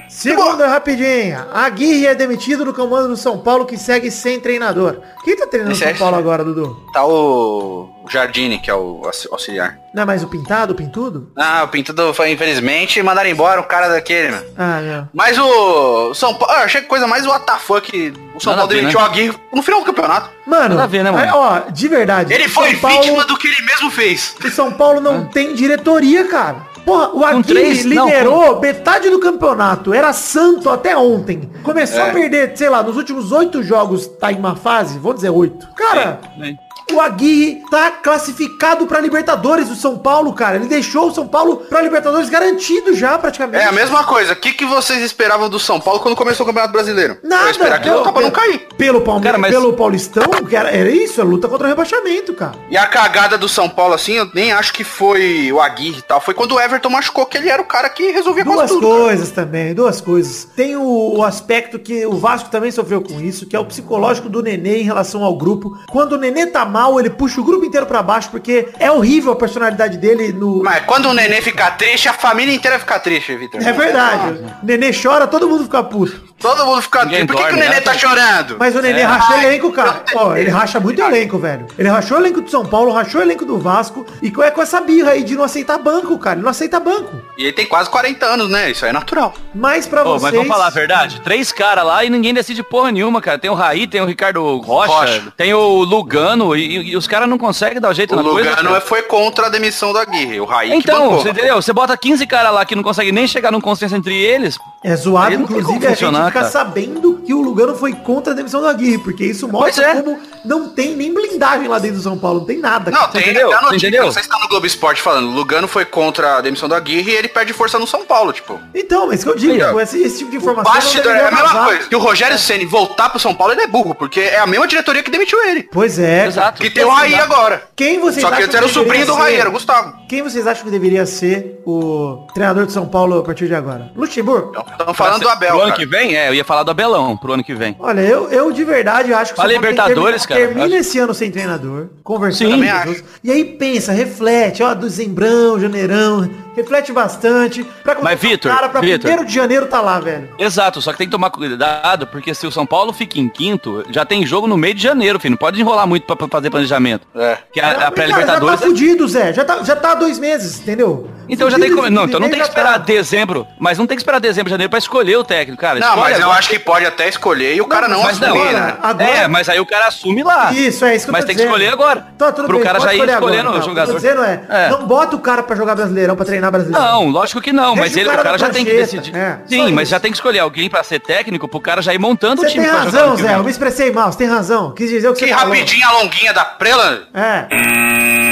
Speaker 3: Segunda rapidinha. Aguirre é demitido do comando do São Paulo, que segue sem treinador. Quem tá treinando o
Speaker 2: Esse
Speaker 3: São
Speaker 2: é-
Speaker 3: Paulo agora, Dudu?
Speaker 2: Tá o Jardine, que é o aux- auxiliar.
Speaker 3: Não é mais o Pintado, o Pintudo?
Speaker 2: Ah, o Pintudo foi, infelizmente, mandaram embora um cara daquele, mano.
Speaker 3: Ah, não.
Speaker 2: Mas o São Paulo... Eu achei que coisa mais o WTF que o São
Speaker 4: Nada
Speaker 2: Paulo
Speaker 4: a ver,
Speaker 2: demitiu
Speaker 3: né?
Speaker 2: o Aguirre no final do campeonato.
Speaker 3: Mano, é,
Speaker 4: Nada a ver, né, mano?
Speaker 3: ó, de verdade.
Speaker 2: Ele
Speaker 3: o
Speaker 2: foi
Speaker 3: São Paulo-
Speaker 2: vítima do que ele mesmo fez.
Speaker 3: O São Paulo não
Speaker 2: Ah.
Speaker 3: tem diretoria, cara. Porra, o Aguirre
Speaker 4: três, não,
Speaker 3: liderou metade do campeonato. Era santo até ontem. Começou
Speaker 2: É.
Speaker 3: a perder, sei lá, nos últimos oito jogos tá em uma fase, vou dizer oito. Cara,
Speaker 2: É.
Speaker 3: o Aguirre tá classificado pra Libertadores do São Paulo, cara. Ele deixou o São Paulo pra Libertadores garantido já, praticamente.
Speaker 2: É a mesma coisa. O que, que vocês esperavam do São Paulo quando começou o Campeonato Brasileiro? Eu
Speaker 3: Nada.
Speaker 2: esperava que
Speaker 3: pelo-
Speaker 2: não, pra não
Speaker 3: pelo-
Speaker 2: cair.
Speaker 3: Pelo Palmeiras,
Speaker 4: Cara, mas-
Speaker 3: pelo Paulistão, que era, era isso, é luta contra o rebaixamento, cara.
Speaker 2: E a cagada do São Paulo, assim, eu nem acho que foi o Aguirre e tal. Foi quando o Everton machucou que ele era o cara que resolvia
Speaker 3: Duas
Speaker 2: tudo, cara.
Speaker 3: coisas também, duas coisas. Tem o, o aspecto que o Vasco também sofreu com isso, que é o psicológico do Nenê em relação ao grupo. Quando o Nenê tá mal, ele puxa o grupo inteiro pra baixo, porque é horrível a personalidade dele no...
Speaker 2: Mas quando o neném fica triste, a família inteira fica triste, Vitor.
Speaker 3: É verdade. O Nenê chora, todo mundo fica puto.
Speaker 2: Todo mundo fica
Speaker 4: Ninguém
Speaker 2: triste. Por que, que o
Speaker 4: dorme,
Speaker 2: neném
Speaker 4: né?
Speaker 2: tá chorando?
Speaker 3: Mas o Nenê
Speaker 4: É.
Speaker 3: racha elenco, cara. Ó, ele racha muito elenco, velho. Ele rachou o elenco do São Paulo, rachou o elenco do Vasco. E qual é com essa birra aí de não aceitar banco, cara? Ele não aceita banco.
Speaker 2: E ele tem quase 40 anos, né? Isso aí é natural.
Speaker 3: Mas pra
Speaker 4: Ô,
Speaker 3: vocês...
Speaker 4: mas vamos falar a verdade? Três caras lá e ninguém decide porra nenhuma, cara. Tem o Raí, tem o Ricardo Rocha,
Speaker 2: Rocha.
Speaker 4: tem o Lugano e, e os caras não conseguem dar o jeito
Speaker 2: O
Speaker 4: na coisa.
Speaker 2: Lugano é
Speaker 4: cara.
Speaker 2: foi contra a demissão do Aguirre. O Raí que
Speaker 4: Então,
Speaker 2: bancou.
Speaker 4: você entendeu? Você bota 15 caras lá que não conseguem nem chegar num consenso entre eles.
Speaker 3: É zoado,
Speaker 4: Aí não tem
Speaker 3: inclusive,
Speaker 4: como
Speaker 3: a gente
Speaker 4: funcionar,
Speaker 3: ficar
Speaker 4: cara.
Speaker 3: sabendo que o Lugano foi contra a demissão do Aguirre, porque isso mostra
Speaker 4: Pois é.
Speaker 3: como não tem nem blindagem lá dentro do São Paulo, não tem nada.
Speaker 2: Não,
Speaker 3: cara.
Speaker 2: tem
Speaker 4: entendeu?
Speaker 2: até a
Speaker 4: Você
Speaker 2: notícia,
Speaker 4: entendeu?
Speaker 2: não sei se tá no Globo Esporte falando. Lugano foi contra a demissão do Aguirre e ele perde força no São Paulo, tipo.
Speaker 3: Então, mas que eu digo,
Speaker 4: Entendeu?
Speaker 3: com esse, esse tipo de
Speaker 2: O
Speaker 3: informação não
Speaker 2: bastidor é
Speaker 3: deveria
Speaker 2: a mesma
Speaker 3: vazar.
Speaker 2: coisa. Que o Rogério Ceni voltar pro São Paulo, ele é burro, porque é a mesma diretoria que demitiu ele.
Speaker 3: Pois é. cara.
Speaker 4: Exato.
Speaker 2: Que tem o Raí agora.
Speaker 3: Quem vocês
Speaker 2: Só que
Speaker 3: acham
Speaker 2: ele era o
Speaker 3: deveria
Speaker 2: sobrinho do
Speaker 3: ser-
Speaker 2: Raí, era o Gustavo.
Speaker 3: Quem vocês acham que deveria ser o treinador de São Paulo a partir de agora? Luxemburgo?
Speaker 2: Então, Estamos falando do Abel,
Speaker 4: Pro ano
Speaker 2: cara.
Speaker 4: que vem, é, eu ia falar do Abelão pro ano que vem.
Speaker 3: Olha, eu, eu de verdade acho que o São Paulo tem
Speaker 4: Pra
Speaker 3: que
Speaker 4: Libertadores,
Speaker 3: terminar-
Speaker 4: cara,
Speaker 3: Termina
Speaker 4: acho-
Speaker 3: esse ano sem treinador, conversando
Speaker 4: Sim.
Speaker 3: com
Speaker 2: Também
Speaker 3: as pessoas, E aí pensa, reflete, ó, dezembrão, janeirão, reflete bastante. Pra colocar
Speaker 4: Mas,
Speaker 3: o
Speaker 4: Vitor,
Speaker 3: cara pra
Speaker 4: Vitor.
Speaker 3: 1 de janeiro tá lá, velho.
Speaker 4: Exato, só que tem que tomar cuidado, porque se o São Paulo fica em quinto, já tem jogo no meio de janeiro, filho. Não pode enrolar muito pra, pra fazer planejamento.
Speaker 2: É.
Speaker 4: Que a, a
Speaker 3: Cara,
Speaker 4: pré-libertadores.
Speaker 3: Já tá fudido, Zé. Já tá, já tá há dois meses, entendeu?
Speaker 4: Então já tem que.
Speaker 3: Fudido,
Speaker 4: Não, então não
Speaker 3: fudido,
Speaker 4: tem que
Speaker 3: já tá.
Speaker 4: esperar dezembro. Mas não tem que esperar dezembro, janeiro pra escolher o técnico, cara.
Speaker 2: Não,
Speaker 4: Escolhe
Speaker 2: mas eu
Speaker 4: agora.
Speaker 2: acho que pode até escolher e o cara não
Speaker 4: mas não.
Speaker 2: assume,
Speaker 3: agora-
Speaker 2: né?
Speaker 3: agora-
Speaker 4: É, mas aí o cara assume lá.
Speaker 3: Isso, é isso que eu
Speaker 4: Mas
Speaker 3: tô dizendo.
Speaker 4: tem que escolher agora.
Speaker 3: Tá, tudo
Speaker 4: pro
Speaker 3: bem,
Speaker 4: cara
Speaker 3: pode
Speaker 4: já ir
Speaker 3: escolher
Speaker 4: escolhendo
Speaker 3: agora,
Speaker 4: o
Speaker 3: tá.
Speaker 4: jogador.
Speaker 3: O que eu tô dizendo é,
Speaker 4: É.
Speaker 3: não bota o cara pra jogar brasileirão, pra treinar brasileirão.
Speaker 4: Não, é lógico que não,
Speaker 3: Deixa
Speaker 4: mas
Speaker 3: o
Speaker 4: ele, o
Speaker 3: cara
Speaker 4: cara,
Speaker 3: na
Speaker 4: já tem que
Speaker 3: prancheta,
Speaker 4: decidir.
Speaker 3: é, só
Speaker 4: Sim, mas
Speaker 3: isso.
Speaker 4: já tem que escolher alguém pra ser técnico pro cara já ir montando o
Speaker 3: Você
Speaker 4: time.
Speaker 3: tem
Speaker 4: pra jogar
Speaker 3: razão,
Speaker 4: no
Speaker 3: Zé.
Speaker 4: final.
Speaker 3: Eu me expressei mal, você tem razão. Quis dizer o que,
Speaker 2: Que
Speaker 3: você falou.
Speaker 2: rapidinha a longuinha da Prela.
Speaker 3: É.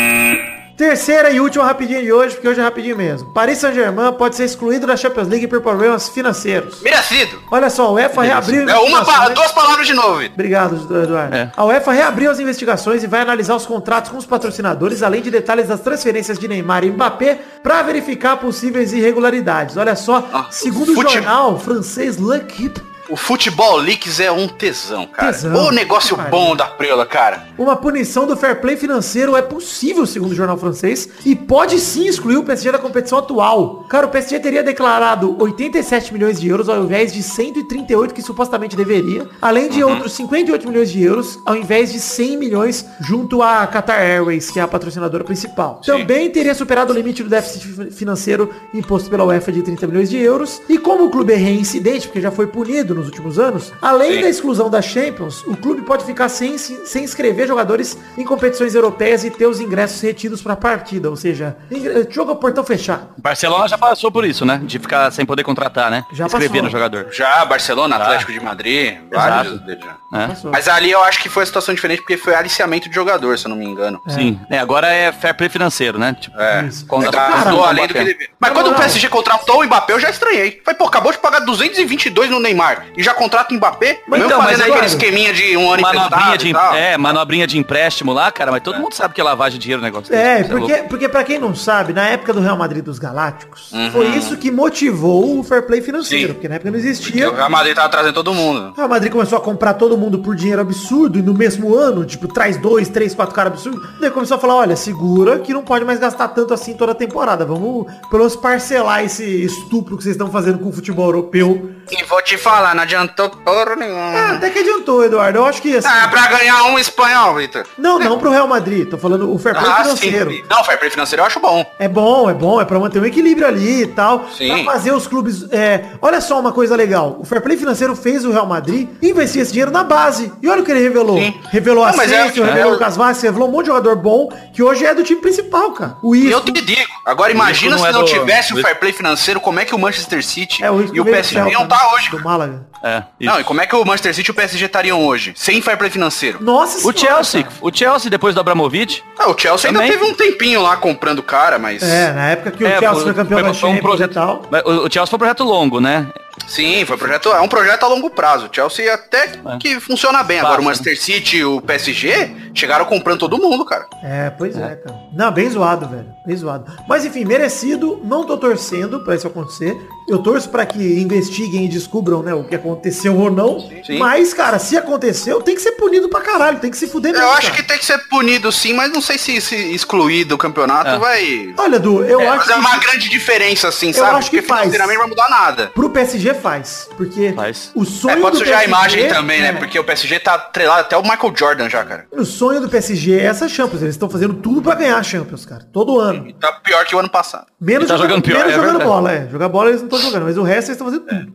Speaker 3: Terceira e última rapidinha de hoje, porque hoje é rapidinho mesmo. Paris Saint-Germain pode ser excluído da Champions League por problemas financeiros.
Speaker 2: Merecido.
Speaker 3: Olha só, a UEFA reabriu...
Speaker 2: É uma
Speaker 3: investigações-
Speaker 2: pa- duas palavras de novo, Vitor.
Speaker 3: Obrigado, Eduardo.
Speaker 4: É.
Speaker 3: A UEFA reabriu as investigações e vai analisar os contratos com os patrocinadores, além de detalhes das transferências de Neymar e Mbappé, para verificar possíveis irregularidades. Olha só,
Speaker 2: Ah,
Speaker 3: segundo o
Speaker 2: fute-
Speaker 3: jornal francês L'Equipe,
Speaker 2: O futebol Leaks é um tesão, cara.
Speaker 3: Tesão.
Speaker 2: O negócio
Speaker 3: Cara.
Speaker 2: bom da Prela, cara.
Speaker 3: uma punição do fair play financeiro é possível, segundo o jornal francês, e pode sim excluir o PSG da competição atual. Cara, o PSG teria declarado 87 milhões de euros ao invés de 138 que supostamente deveria, além de outros 58 milhões de euros ao invés de 100 milhões junto à Qatar Airways, que é a patrocinadora principal. Também teria superado o limite do déficit fi- financeiro imposto pela UEFA de 30 milhões de euros, e como o clube é reincidente, porque já foi punido nos últimos anos, além
Speaker 2: Sim.
Speaker 3: da exclusão da Champions, o clube pode ficar sem, sem inscrever jogadores em competições europeias e ter os ingressos retidos para a partida, ou seja, ingre- jogo a portão fechado.
Speaker 4: Barcelona já passou por isso, né? De ficar sem poder contratar, né?
Speaker 3: Já
Speaker 4: Escrever
Speaker 3: passou.
Speaker 4: no jogador.
Speaker 2: Já Barcelona, Atlético de Madrid, vários deles já.
Speaker 4: né?
Speaker 3: Passou.
Speaker 2: Mas ali eu acho que foi uma situação diferente porque foi aliciamento de jogador, se eu não me engano.
Speaker 4: Sim. É, agora é fair play financeiro, né? Tipo,
Speaker 2: É,
Speaker 3: Isso.
Speaker 4: contratar
Speaker 2: contratou
Speaker 3: né?
Speaker 4: pessoas,
Speaker 2: além do que
Speaker 4: bater.
Speaker 2: ele... Mas
Speaker 3: Na
Speaker 2: quando o
Speaker 3: moral.
Speaker 2: PSG contratou o Mbappé, eu já estranhei. Falei, pô, acabou de pagar 222 no Neymar e já contrata o Mbappé,
Speaker 4: Mas
Speaker 2: mesmo
Speaker 4: então, mas
Speaker 2: fazendo aquele
Speaker 4: agora-
Speaker 2: esqueminha de um ano
Speaker 4: Manobrinha
Speaker 2: emprestado
Speaker 4: de,
Speaker 2: e tal.
Speaker 4: é, manobrinha de empréstimo lá, cara, mas todo mundo sabe que é lavagem de dinheiro o negócio.
Speaker 3: É,
Speaker 4: desse, isso
Speaker 3: porque,
Speaker 4: louco.
Speaker 3: porque para quem não sabe, na época do Real Madrid dos Galácticos, foi isso que motivou o fair play financeiro,
Speaker 2: Uhum. Sim.
Speaker 3: porque na época não
Speaker 2: Porque
Speaker 3: existia.
Speaker 2: o Real Madrid tava trazendo todo mundo.
Speaker 3: O Real Madrid começou a comprar todo mundo por dinheiro absurdo e no mesmo ano, tipo, traz dois, três, quatro caras absurdos. Daí começou a falar, olha, segura que não pode mais gastar tanto assim toda a temporada. Vamos pelo menos parcelar esse estupro que vocês estão fazendo com o futebol europeu.
Speaker 2: E vou te falar, não adiantou porra nenhuma.
Speaker 3: Ah, até que adiantou, Eduardo. Eu acho que assim.
Speaker 2: Ah, pra ganhar um espanhol, Vitor.
Speaker 3: Não, não pro Real Madrid. Tô falando o
Speaker 4: É
Speaker 3: fair play
Speaker 2: Ah,
Speaker 3: financeiro.
Speaker 2: sim. Não, fair play financeiro eu acho bom.
Speaker 3: É bom, é bom, é pra manter um equilíbrio ali e tal.
Speaker 2: Sim.
Speaker 3: Pra fazer os clubes. é, olha só uma coisa legal. O fair play financeiro fez o Real Madrid investir esse dinheiro na base. E olha o que ele revelou.
Speaker 2: Sim.
Speaker 3: Revelou
Speaker 2: Não, mas é-
Speaker 3: Asensio,
Speaker 2: é-
Speaker 3: revelou o Lucas Vazquez, revelou um monte de jogador bom que hoje é do time principal, cara. O
Speaker 2: E
Speaker 3: Isco.
Speaker 2: eu te digo. Agora
Speaker 4: Isso
Speaker 2: imagina
Speaker 4: não
Speaker 2: se
Speaker 4: é
Speaker 2: não
Speaker 4: do-
Speaker 2: tivesse o
Speaker 4: do-
Speaker 2: fair play financeiro, como é que o Manchester City
Speaker 3: É,
Speaker 2: e o
Speaker 3: veio do
Speaker 2: PSG
Speaker 3: Celta,
Speaker 2: não tá
Speaker 3: né?
Speaker 2: hoje,
Speaker 3: Do
Speaker 2: cara?
Speaker 3: Málaga.
Speaker 4: É, isso.
Speaker 2: Não, e como é que o Manchester City e o PSG estariam hoje? Sem fair play financeiro.
Speaker 3: Nossa
Speaker 4: O
Speaker 3: Senhora,
Speaker 4: Chelsea,
Speaker 3: cara.
Speaker 4: o Chelsea depois do Abramovich,
Speaker 2: Ah, o Chelsea ainda
Speaker 4: Também.
Speaker 2: teve um tempinho lá comprando o cara, mas...
Speaker 3: É, na época que o
Speaker 4: É,
Speaker 3: Chelsea foi campeão da
Speaker 4: foi um
Speaker 3: Champions
Speaker 4: projeto-
Speaker 3: e tal.
Speaker 4: mas O o Chelsea foi um projeto longo, né?
Speaker 2: Sim, foi um projeto, é um projeto a longo prazo. O Chelsea até
Speaker 3: É.
Speaker 2: que funciona bem. Agora
Speaker 4: Fácil,
Speaker 2: o
Speaker 3: né?
Speaker 2: Manchester City e o PSG chegaram comprando todo mundo, cara.
Speaker 3: É, pois é, cara. Não, bem zoado, velho. Bem zoado. Mas enfim, merecido. Não tô torcendo pra isso acontecer. Eu torço pra que investiguem e descubram, né, o que aconteceu ou não.
Speaker 2: sim.
Speaker 3: Mas, cara, se aconteceu, tem que ser punido pra caralho. Tem que se fuder
Speaker 2: Eu acho
Speaker 3: cara.
Speaker 2: que tem que ser punido sim, mas não sei se, se excluir do campeonato
Speaker 4: É.
Speaker 2: vai...
Speaker 3: Olha, Du, eu
Speaker 2: É,
Speaker 3: acho
Speaker 2: mas
Speaker 3: que...
Speaker 2: é uma grande diferença, assim, sabe?
Speaker 3: acho que faz.
Speaker 2: financeiramente não vai mudar nada.
Speaker 3: Pro PSG faz. Porque
Speaker 4: Faz.
Speaker 3: o sonho
Speaker 2: É, pode sujar a imagem
Speaker 3: PSG
Speaker 2: também,
Speaker 3: é-
Speaker 2: né? Porque o PSG tá atrelado até o Michael Jordan já, cara.
Speaker 3: O sonho do PSG é essa Champions. Eles estão fazendo tudo pra ganhar a Champions, cara. Todo ano.
Speaker 2: E tá pior que o ano passado.
Speaker 3: Menos
Speaker 4: E tá jogando pior,
Speaker 3: menos
Speaker 4: é
Speaker 3: jogando
Speaker 4: verdade.
Speaker 3: bola, é. Jogar bola eles não estão jogando, mas o resto eles estão fazendo tudo.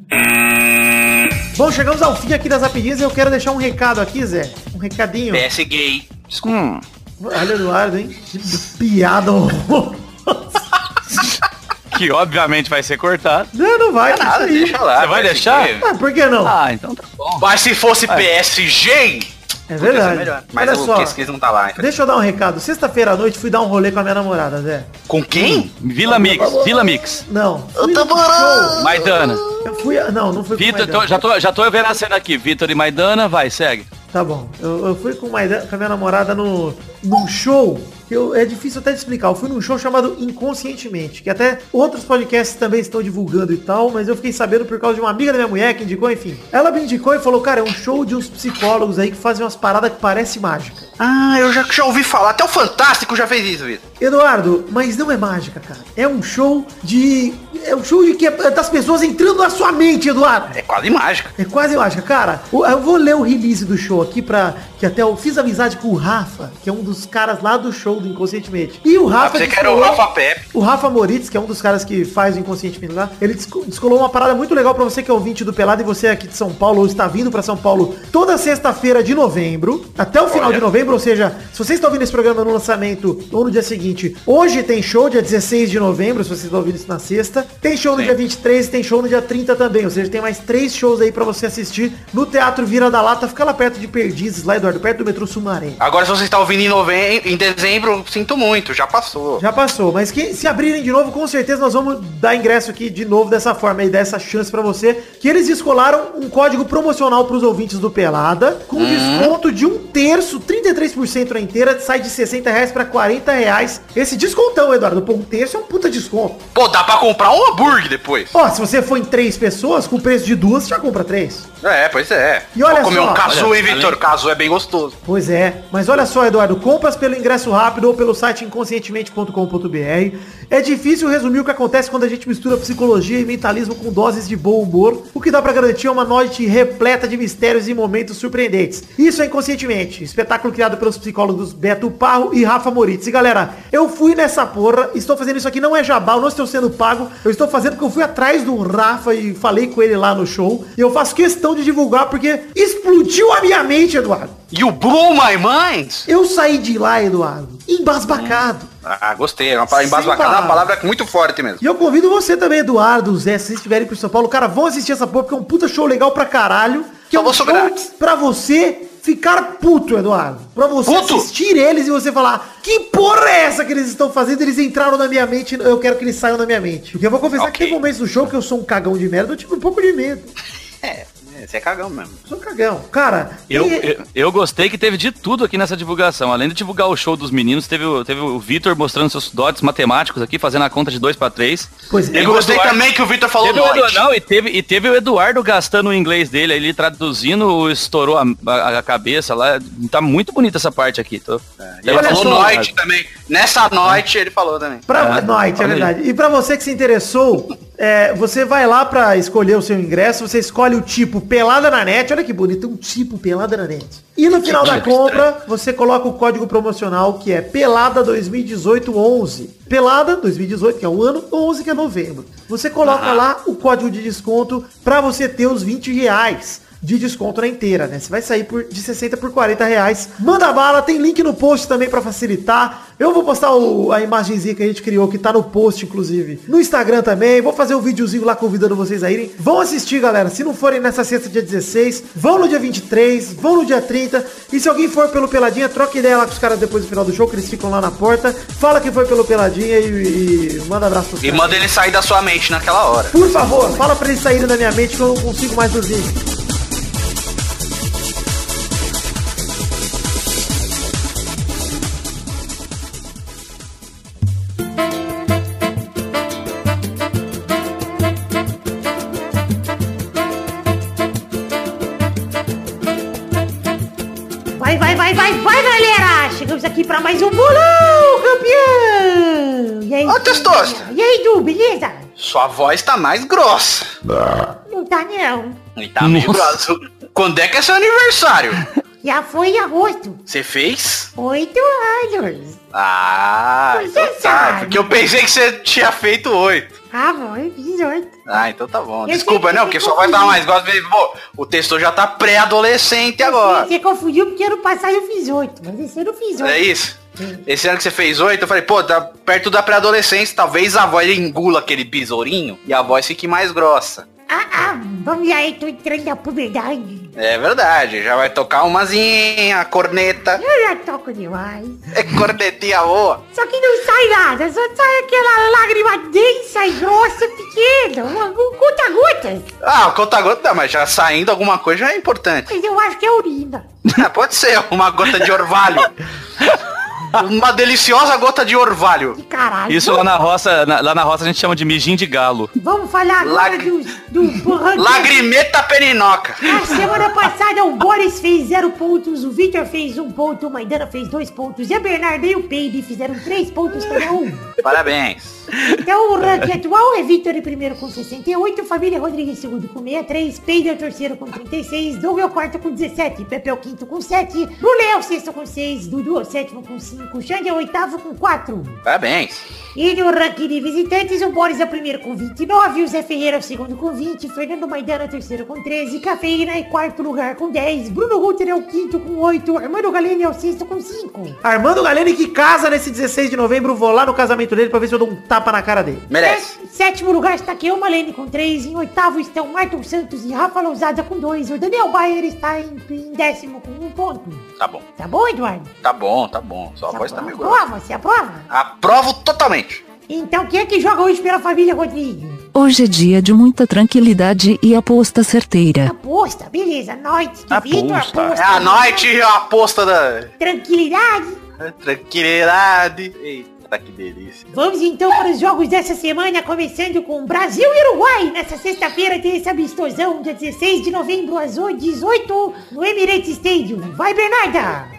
Speaker 3: Bom, chegamos ao fim aqui das rapidinhas e eu quero deixar um recado aqui, Zé. Um recadinho.
Speaker 2: PS gay. Desculpa.
Speaker 4: Hum.
Speaker 3: Olha o Eduardo, hein? Que piada horrorosa.
Speaker 4: Que obviamente vai ser cortado.
Speaker 3: Não, não vai, que
Speaker 2: é Nada,
Speaker 3: isso aí.
Speaker 2: deixa lá.
Speaker 4: Você vai
Speaker 2: PS
Speaker 4: deixar?
Speaker 2: gay.
Speaker 3: Ah, por que não?
Speaker 4: Ah, então tá bom.
Speaker 2: Mas se fosse PSG,
Speaker 3: é
Speaker 2: Podia ser
Speaker 3: verdade.
Speaker 2: melhor. Mas
Speaker 3: Olha
Speaker 2: o
Speaker 3: só,
Speaker 2: Kiss não tá lá.
Speaker 3: deixa eu dar um recado. Sexta-feira à noite fui dar um rolê com a minha namorada, Zé.
Speaker 2: Com quem?
Speaker 4: Vila Mix, Vila Mix.
Speaker 3: Não. Fui no show.
Speaker 4: Maidana.
Speaker 3: Eu fui... Não, não fui com
Speaker 4: Vitor,
Speaker 3: Maidana.
Speaker 4: tô- já, tô, já tô vendo a cena aqui. Vitor e Maidana, vai, segue.
Speaker 3: Tá bom. Eu, eu fui com, uma, ide- com a minha namorada no, num show. que Eu, é difícil até de explicar. Eu fui num show chamado Inconscientemente, que até outros podcasts também estão divulgando e tal, mas eu fiquei sabendo por causa de uma amiga da minha mulher que indicou, enfim. Ela me indicou e falou, cara, é um show de uns psicólogos aí que fazem umas paradas que parece mágica.
Speaker 2: Ah, eu já, já ouvi falar. Até o Fantástico já fez isso, Vitor.
Speaker 3: Eduardo, mas não é mágica, cara. É um show de. É um show de que das pessoas entrando na sua mente, Eduardo.
Speaker 2: É quase mágica.
Speaker 3: É quase mágica, cara. o- Eu vou ler o release do show aqui pra. Que até eu fiz amizade com o Rafa, que é um dos caras lá do show do Inconscientemente. E o Rafa.
Speaker 2: você
Speaker 3: que
Speaker 2: quer o
Speaker 3: falou-
Speaker 2: Rafa Pepe.
Speaker 3: o Rafa Moritz, que é um dos caras que faz o Inconscientemente lá, ele desco- descolou uma parada muito legal pra você que é ouvinte do Pelado e você é aqui de São Paulo ou está vindo pra São Paulo toda sexta-feira de novembro, até o final
Speaker 2: Olha.
Speaker 3: de novembro, ou seja, se vocês estão ouvindo esse programa no lançamento ou no dia seguinte, hoje tem show dia 16 de novembro, se vocês estão ouvindo isso na sexta, tem show no
Speaker 2: Sim.
Speaker 3: dia 23 e tem show no dia 30 também, ou seja, tem mais três shows aí pra você assistir no Teatro Vira da Lata, fica lá perto de Perdizes, lá Eduardo, perto do metrô Sumaré.
Speaker 2: Agora, se você está ouvindo em, novembro, em dezembro, sinto muito, já passou.
Speaker 3: Já passou, mas que se abrirem de novo, com certeza nós vamos dar ingresso aqui de novo dessa forma e dar essa chance pra você. Que eles descolaram um código promocional pros ouvintes do Pelada, com desconto de um terço, 33% na inteira, sai de 60 reais pra 40 reais. Esse descontão, Eduardo, pô, um terço é um puta desconto.
Speaker 2: Pô, dá pra comprar um hambúrguer depois.
Speaker 3: Ó, se você for em três pessoas, com o preço de duas, já compra três.
Speaker 2: É, pois é.
Speaker 3: E olha
Speaker 2: Vou comer
Speaker 3: só.
Speaker 2: um casu,
Speaker 4: Olha,
Speaker 2: hein, Vitor?
Speaker 4: além-
Speaker 2: Casu é bem gostoso.
Speaker 3: Pois é, mas olha só, Eduardo, compras pelo ingresso rápido ou pelo site inconscientemente.com.br. É difícil resumir o que acontece quando a gente mistura psicologia e mentalismo com doses de bom humor, o que dá pra garantir uma noite repleta de mistérios e momentos surpreendentes. Isso é inconscientemente, espetáculo criado pelos psicólogos Beto Parro e Rafa Moritz. E galera, eu fui nessa porra, estou fazendo isso aqui, não é jabá, eu não estou sendo pago, eu estou fazendo porque eu fui atrás do Rafa e falei com ele lá no show, e eu faço questão de divulgar porque explodiu a minha mente, Eduardo.
Speaker 2: You blew my mind?
Speaker 3: Eu saí de lá, Eduardo, embasbacado.
Speaker 2: Ah, gostei. É uma palavra
Speaker 3: Sim,
Speaker 2: embasbacada, é uma
Speaker 3: palavra.
Speaker 2: palavra muito forte mesmo.
Speaker 3: E eu convido você também, Eduardo, Zé, se vocês estiverem pro São Paulo, cara, vão assistir essa porra, porque é um puta show legal pra caralho.
Speaker 2: Só
Speaker 3: Que é um
Speaker 2: vou sobrar.
Speaker 3: pra você ficar puto, Eduardo. Pra você
Speaker 2: Puto?
Speaker 3: assistir eles e você falar, que porra é essa que eles estão fazendo? Eles entraram na minha mente, eu quero que eles saiam da minha mente. Porque eu vou confessar que
Speaker 2: Ok.
Speaker 3: teve momentos do show que eu sou um cagão de merda, eu tive um pouco de medo.
Speaker 2: É, é, você é cagão mesmo.
Speaker 3: Sou um cagão. Cara,
Speaker 4: Eu,
Speaker 3: e-
Speaker 4: eu, eu gostei que teve de tudo aqui nessa divulgação. Além de divulgar o show dos meninos, teve, o- teve o Vitor mostrando seus dotes matemáticos aqui, fazendo a conta de 2 para 3.
Speaker 3: Pois é.
Speaker 2: Eu
Speaker 4: o
Speaker 2: gostei
Speaker 4: Eduardo-
Speaker 2: também que o Vitor falou
Speaker 4: Teve o Edu-
Speaker 2: noite.
Speaker 4: não, e, teve, e teve o Eduardo gastando o inglês dele, ele traduzindo, o estourou a, a- a cabeça lá. Tá muito bonita essa parte aqui. Tô,
Speaker 2: É,
Speaker 4: um
Speaker 2: E Ele
Speaker 4: Olha
Speaker 2: falou
Speaker 4: só,
Speaker 2: noite também. Nessa noite ele falou também.
Speaker 3: Pra
Speaker 4: Ah,
Speaker 3: noite, é
Speaker 4: olha aí.
Speaker 3: verdade. E pra você que se interessou, é, você vai lá pra escolher o seu ingresso, você escolhe o tipo Pelada na Net, olha que bonito, um tipo Pelada na Net. E no final da
Speaker 4: tipo
Speaker 3: compra, você coloca o código promocional que é Pelada 2018-11. Pelada 2018, que é o ano, 11 que é novembro. Você coloca lá o código de desconto pra você ter os 20 reais de desconto na inteira, né? Você vai sair por, de 60 por 40 reais. Manda bala, tem link no post também pra facilitar. Eu vou postar o- a imagenzinha que a gente criou, que tá no post, inclusive. No Instagram também. Vou fazer um videozinho lá convidando vocês a irem. Vão assistir, galera. Se não forem nessa sexta, dia 16, vão no dia 23, vão no dia 30. E se alguém for pelo Peladinha, troca ideia lá com os caras depois do final do show, que eles ficam lá na porta. Fala que foi pelo Peladinha e, e manda abraço pros
Speaker 2: E
Speaker 3: caras.
Speaker 2: manda ele sair da sua mente naquela hora.
Speaker 3: Por favor, fala pra eles saírem da minha mente que eu não consigo mais dormir.
Speaker 5: Vai, vai, vai, vai, vai, galera! Chegamos aqui pra mais um bolão, campeão! E aí,
Speaker 2: Ô, Testosta!
Speaker 5: E aí, Du, beleza?
Speaker 2: Sua voz tá mais grossa.
Speaker 5: Não tá, não.
Speaker 2: E tá meio
Speaker 4: Nossa.
Speaker 2: grossa. Quando é que é seu aniversário?
Speaker 5: Já foi em agosto.
Speaker 2: Você fez?
Speaker 5: Oito anos.
Speaker 2: Ah,
Speaker 5: Pois
Speaker 2: então
Speaker 5: é,
Speaker 2: tá.
Speaker 5: sabe.
Speaker 2: Porque eu pensei que você tinha feito oito.
Speaker 5: Ah, bom, eu fiz oito.
Speaker 2: Ah, então tá bom.
Speaker 5: Eu
Speaker 2: Desculpa,
Speaker 5: sei que
Speaker 2: não,
Speaker 5: eu
Speaker 2: porque
Speaker 5: tô
Speaker 2: só vai dar
Speaker 5: confusa.
Speaker 2: mais grossa. Pô, o texto já tá pré-adolescente agora.
Speaker 5: Você confundiu porque ano passado eu fiz oito, mas esse ano eu fiz
Speaker 2: É
Speaker 5: oito.
Speaker 2: isso? Esse ano que você fez oito, eu falei, pô, tá perto da pré-adolescência, talvez a voz engula aquele besourinho e a voz fique mais grossa.
Speaker 5: Ah, ah, vamos lá, eu tô entrando na puberdade.
Speaker 2: É verdade, já vai tocar umazinha, corneta.
Speaker 5: Eu já toco demais.
Speaker 2: É cornetinha boa.
Speaker 5: Só que não sai nada, só sai aquela lágrima densa e grossa, pequena, uma um conta-gotas.
Speaker 2: Ah, o conta-gota, não, mas já saindo alguma coisa já é importante.
Speaker 5: Mas eu acho que é urina.
Speaker 2: Ah, Pode ser uma gota de orvalho. Uma deliciosa gota de orvalho.
Speaker 5: Que caralho.
Speaker 4: Isso lá na roça, na- lá na roça a gente chama de mijim de galo.
Speaker 5: Vamos falar agora
Speaker 2: Lagri-
Speaker 5: dos, do ranking.
Speaker 2: Lagrimeta perinoca.
Speaker 5: Na semana passada, o Boris fez 0 pontos, o Victor fez 1 um ponto, o Maidana fez 2 pontos, e a Bernarda e o Peide fizeram 3 pontos cada um.
Speaker 2: Parabéns.
Speaker 5: Então, o ranking atual é Victor em primeiro com 68, Família Rodrigues em segundo com 63, Peide é o terceiro com 36, Doug é o quarto com 17, Pepe é o quinto com 7, Lulê é o sexto com 6, Dudu é o sétimo com 5, Xande é o oitavo com 4.
Speaker 2: Parabéns.
Speaker 5: E no ranking de visitantes, o Boris é o primeiro com 29, o Zé Ferreira é o segundo com 20, Fernando Maidana é o terceiro com 13, Cafeína é quarto lugar com 10, Bruno Guter é o quinto com 8, Armando Galeno é o sexto com 5.
Speaker 3: Armando Galene que casa nesse 16 de novembro, vou lá no casamento dele pra ver se eu dou um tapa na cara dele.
Speaker 2: Merece.
Speaker 5: Em Sétimo lugar está Keoma Lene com 3, em oitavo estão Martin Santos e Rafa Lousada com 2, o Daniel Baier está em, em décimo com 1 ponto.
Speaker 2: Tá bom,
Speaker 5: Tá bom, Eduardo?
Speaker 2: tá bom, tá bom. Sua
Speaker 5: Você
Speaker 2: voz tá meio grossa.
Speaker 5: aprova? Você aprova?
Speaker 2: Aprovo totalmente.
Speaker 5: Então quem é que joga hoje pela família Rodrigues?
Speaker 6: Hoje é dia de muita tranquilidade e aposta certeira.
Speaker 5: Aposta, beleza, noite de
Speaker 4: Aposta.
Speaker 5: Vitor,
Speaker 2: É a noite a aposta da
Speaker 5: Tranquilidade.
Speaker 2: tranquilidade. Eita, que delícia.
Speaker 5: Vamos então para os jogos dessa semana, começando com Brasil e Uruguai. Nessa sexta-feira tem esse amistosão, dia 16 de novembro, às 18 no Emirates Stadium. Vai, Bernarda!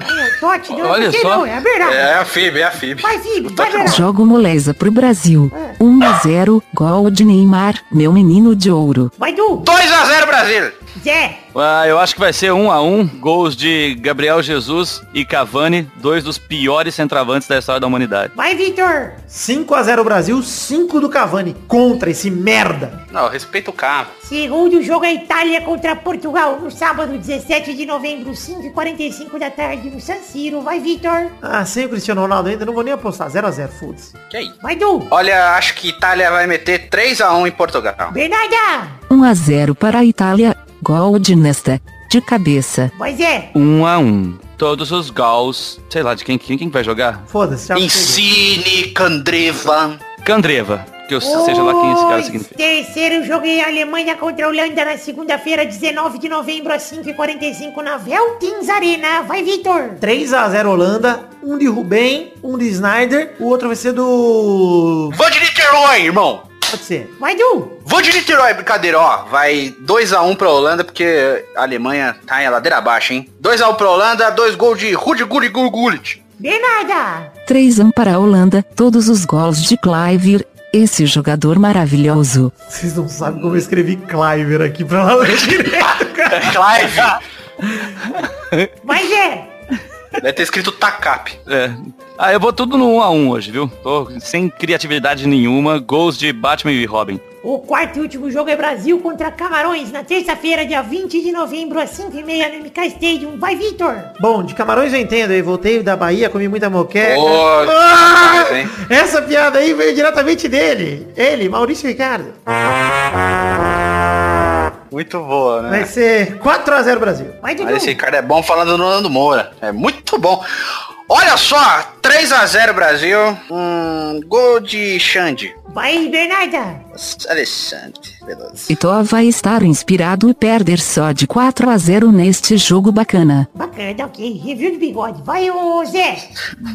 Speaker 5: É, o Totti não,
Speaker 4: Olha
Speaker 5: não sei
Speaker 4: só.
Speaker 5: não, é a Bernarda.
Speaker 2: É a FIB, é a FIB.
Speaker 5: Vai, Fib, vai, Bernarda.
Speaker 6: Jogo moleza pro Brasil. 1 a 0, gol de Neymar, meu menino de ouro.
Speaker 5: Vai, Du.
Speaker 2: 2x0 Brasil.
Speaker 5: Zé.
Speaker 4: Ah, eu acho que vai ser um a um, gols de Gabriel Jesus e Cavani, dois dos piores centravantes da história da humanidade.
Speaker 5: Vai, Vitor.
Speaker 3: 5x0 Brasil, 5 do Cavani. Contra esse merda.
Speaker 2: Não, respeita o carro.
Speaker 5: Segundo jogo é Itália contra Portugal, no sábado, 17 de novembro, 5h45 da tarde, no San Siro. Vai, Vitor.
Speaker 3: Ah, sem o Cristiano Ronaldo ainda, não vou nem apostar. 0x0, foda-se.
Speaker 2: Que aí?
Speaker 5: Vai, Du.
Speaker 2: Olha, acho que Itália vai meter 3x1 em Portugal.
Speaker 5: Bernarda.
Speaker 6: 1 a 0 para a Itália, gol de Nesta, de cabeça.
Speaker 5: Vai, Zé.
Speaker 4: Um a um. Todos os gols, sei lá, de quem, quem, quem vai jogar?
Speaker 3: Foda-se, já chega.
Speaker 2: Insigne, Candreva.
Speaker 4: Candreva, que eu seja lá quem esse cara
Speaker 5: Oi,
Speaker 4: significa.
Speaker 5: Terceiro jogo em Alemanha contra a Holanda na segunda-feira, 19 de novembro, às 5h45 na Veltins Arena. Vai, Vitor!
Speaker 3: 3x0 Holanda, um de Rubem, um de Snyder, o outro vai ser do...
Speaker 2: Vou de Niterói, irmão.
Speaker 3: Pode ser.
Speaker 5: Vai, Du!
Speaker 2: Vou de Niterói, brincadeira, ó. Vai 2x1 pra Holanda, porque a Alemanha tá em ladeira abaixo, hein? 2x1 pra Holanda, dois gols de Rudi Gulli Gulli Gullit.
Speaker 5: Bernarda!
Speaker 6: 3 a 1 para a Holanda, todos os gols de Cliver, esse jogador maravilhoso.
Speaker 3: Vocês não sabem como eu escrevi Cliver aqui pra lá no direto, cara.
Speaker 2: Clive.
Speaker 5: Vai, Zé!
Speaker 2: Deve ter escrito TACAP.
Speaker 4: É. Ah, eu vou tudo no 1 a 1 hoje, viu? Tô sem criatividade nenhuma. Gols de Batman e Robin.
Speaker 5: O quarto e último jogo é Brasil contra Camarões na terça-feira, dia 20 de novembro, às 5h30 no MK Stadium. Vai, Vitor!
Speaker 3: Bom, de Camarões eu entendo, eu voltei da Bahia, comi muita moqueca.
Speaker 2: Ô,
Speaker 3: Ah!
Speaker 2: hein?
Speaker 3: Essa piada aí veio diretamente dele. Ele, Maurício Ricardo.
Speaker 2: Ah. Muito boa, né?
Speaker 3: Vai ser 4x0 Brasil.
Speaker 5: Vai, Dudu!
Speaker 2: Olha, esse cara é bom falando do Nando Moura. É muito bom. Olha só, 3x0 Brasil. Hum, gol de Xande.
Speaker 5: Vai, Bernarda!
Speaker 2: Alexandre, beleza.
Speaker 6: Itoa vai estar inspirado e perder só de 4 a 0 neste jogo bacana.
Speaker 5: Bacana, ok. Review de bigode. Vai, ô Zé!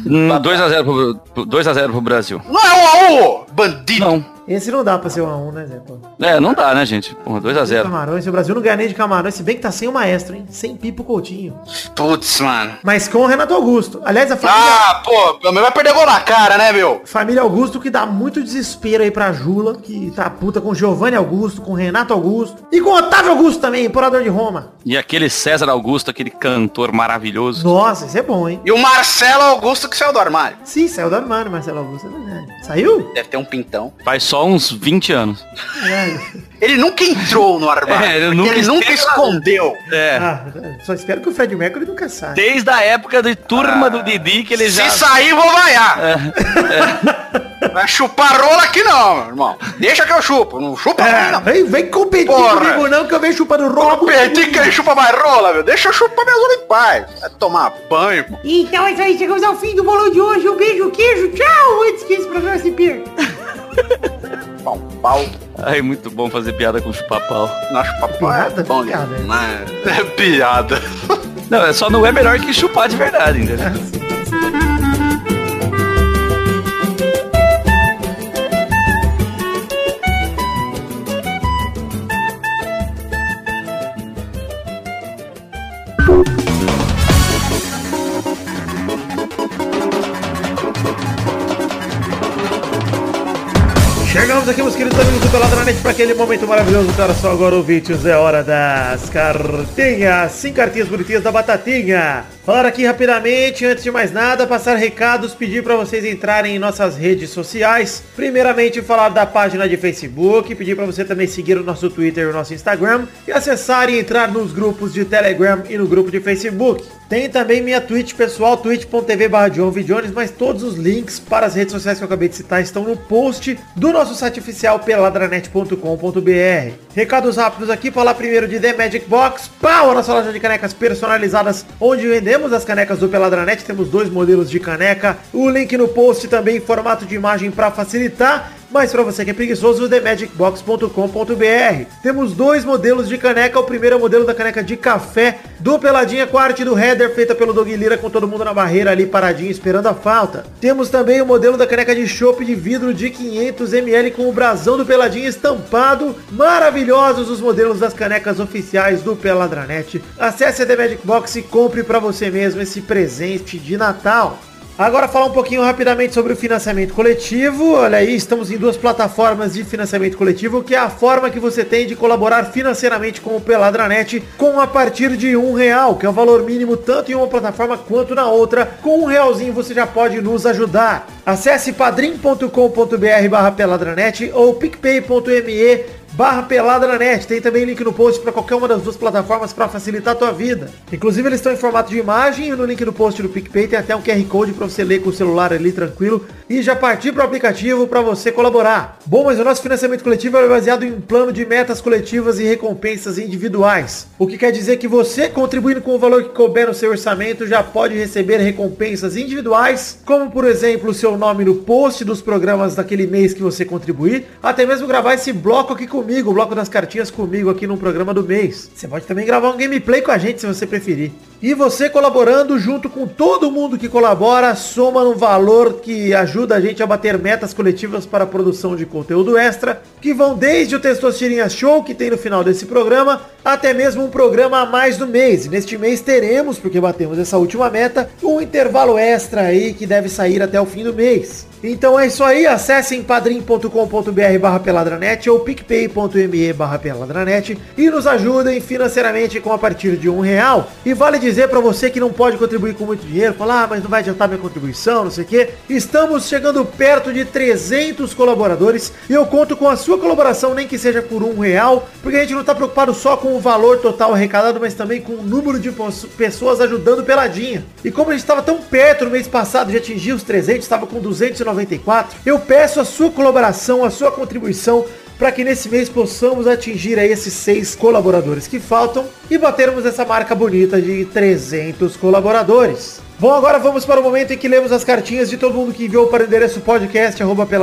Speaker 4: Hum, 2 a 0 pro, pro- 2 a 0 pro Brasil.
Speaker 2: Não é um a um, bandido.
Speaker 4: Não.
Speaker 3: Esse não dá pra ser 1x1, né, Zé? Pô.
Speaker 4: É, não dá, né, gente? Porra, 2 a
Speaker 2: Tá
Speaker 4: 0.
Speaker 3: Camarões, se o Brasil não ganha nem de Camarões, se bem que tá sem o maestro, hein? Sem Pipo Coutinho.
Speaker 2: Putz, mano.
Speaker 3: Mas com o Renato Augusto. Aliás, a família,
Speaker 2: Ah, pô, pelo menos vai perder gol na cara, né, meu?
Speaker 3: família Augusto que dá muito desespero aí pra Jula, que tá puta com Giovanni Augusto, com Renato Augusto. E com Otávio Augusto também, imperador de Roma.
Speaker 4: E aquele César Augusto, aquele cantor maravilhoso.
Speaker 3: Nossa, isso é bom, hein?
Speaker 2: E o Marcelo Augusto que saiu do armário.
Speaker 3: Sim, saiu do armário, Marcelo Augusto. é verdade. Saiu?
Speaker 2: Deve ter um pintão.
Speaker 4: Faz só uns 20 anos.
Speaker 3: É.
Speaker 2: Ele nunca entrou no armário.
Speaker 4: É, ele
Speaker 2: porque
Speaker 4: nunca
Speaker 2: ele nunca
Speaker 4: esteve lá.
Speaker 2: escondeu.
Speaker 4: É.
Speaker 3: Ah, só espero que o Fred Mercury nunca saia.
Speaker 4: Ah. Desde a época de turma do Didi que ele É,
Speaker 2: Se
Speaker 4: já.
Speaker 2: sair, vou vaiar. Vai chupar rola aqui não, meu irmão. Deixa que eu chupo. Não chupa aqui
Speaker 3: É,
Speaker 2: não.
Speaker 3: vem, vem competir
Speaker 2: Porra.
Speaker 3: comigo não, que eu venho chupando rola.
Speaker 2: Competir que ele chupa mais rola, meu. Deixa eu chupar minhas rola em paz. Vai tomar banho, irmão.
Speaker 5: Então é isso aí, chegamos ao fim do bolão de hoje. Um beijo, queijo, tchau! Antes que esse programa se perca.
Speaker 2: Pau, pau.
Speaker 4: Ai, muito bom fazer piada com chupapau.
Speaker 2: Não chupa pau.
Speaker 3: Piada,
Speaker 2: É bom
Speaker 3: piada.
Speaker 2: demais. É piada.
Speaker 4: Não, é só não é melhor que chupar de verdade, entendeu?
Speaker 3: Chegamos aqui, meus queridos amigos do Peladranet, para aquele momento maravilhoso. Cara, só agora, ouvintes, é hora das cartinhas. Cinco cartinhas bonitinhas da Batatinha. Falar aqui rapidamente, antes de mais nada, passar recados, pedir para vocês entrarem em nossas redes sociais. Primeiramente, falar da página de Facebook, pedir para você também seguir o nosso Twitter e o nosso Instagram e acessar e entrar nos grupos de Telegram e no grupo de Facebook. Tem também minha Twitch pessoal, twitch.tv barra John V. Jones, mas todos os links para as redes sociais que eu acabei de citar estão no post do nosso site oficial peladranet.com.br. Recados rápidos aqui, falar primeiro de The Magic Box, pau, a nossa loja de canecas personalizadas, onde vendemos as canecas do Peladranet, temos dois modelos de caneca, o link no post também em formato de imagem para facilitar. Mas para você que é preguiçoso, themagicbox.com.br. Temos dois modelos de caneca. O primeiro é o modelo da caneca de café do Peladinha com a arte do header feita pelo Dog Lira com todo mundo na barreira ali paradinho esperando a falta. Temos também o modelo da caneca de chopp de vidro de 500ml com o brasão do Peladinha estampado. Maravilhosos os modelos das canecas oficiais do Peladranet. Acesse a The Magic Box e compre para você mesmo esse presente de Natal. Agora falar um pouquinho rapidamente sobre o financiamento coletivo. Olha aí, estamos em duas plataformas de financiamento coletivo, que é a forma que você tem de colaborar financeiramente com o Peladranet com a partir de um real, que é o valor mínimo tanto em uma plataforma quanto na outra. Com um realzinho você já pode nos ajudar. Acesse padrim.com.br barra peladranet ou picpay.me barra peladranet. Tem também link no post para qualquer uma das duas plataformas para facilitar a tua vida. Inclusive, eles estão em formato de imagem e no link no post do PicPay tem até um QR Code para você ler com o celular ali tranquilo e já partir para o aplicativo para você colaborar. Bom, mas o nosso financiamento coletivo é baseado em um plano de metas coletivas e recompensas individuais. O que quer dizer que você, contribuindo com o valor que couber no seu orçamento, já pode receber recompensas individuais, como por exemplo o seu nome no post dos programas daquele mês que você contribuir, até mesmo gravar esse bloco aqui comigo, o bloco das cartinhas comigo aqui no programa do mês. Você pode também gravar um gameplay com a gente se você preferir. E você colaborando junto com todo mundo que colabora, soma um valor que ajuda a gente a bater metas coletivas para a produção de conteúdo extra, que vão desde o Testosterinha Show, que tem no final desse programa, até mesmo um programa a mais do mês. E neste mês teremos, porque batemos essa última meta, um intervalo extra aí que deve sair até o fim do mês. Então é isso aí, acessem padrim.com.br barra peladranet ou picpay.me barra peladranet e nos ajudem financeiramente com a partir de um real. E vale dizer pra você que não pode contribuir com muito dinheiro, falar, ah, mas não vai adiantar minha contribuição, não sei o quê. Estamos chegando perto de 300 colaboradores e eu conto com a sua colaboração, nem que seja por um real, porque a gente não tá preocupado só com o valor total arrecadado, mas também com o número de pos- pessoas ajudando peladinha. E como a gente estava tão perto no mês passado de atingir os 300, estava com 294, eu peço a sua colaboração, a sua contribuição para que nesse mês possamos atingir aí esses seis colaboradores que faltam e batermos essa marca bonita de 300 colaboradores. Bom, agora vamos para o momento em que lemos as cartinhas de todo mundo que enviou para o endereço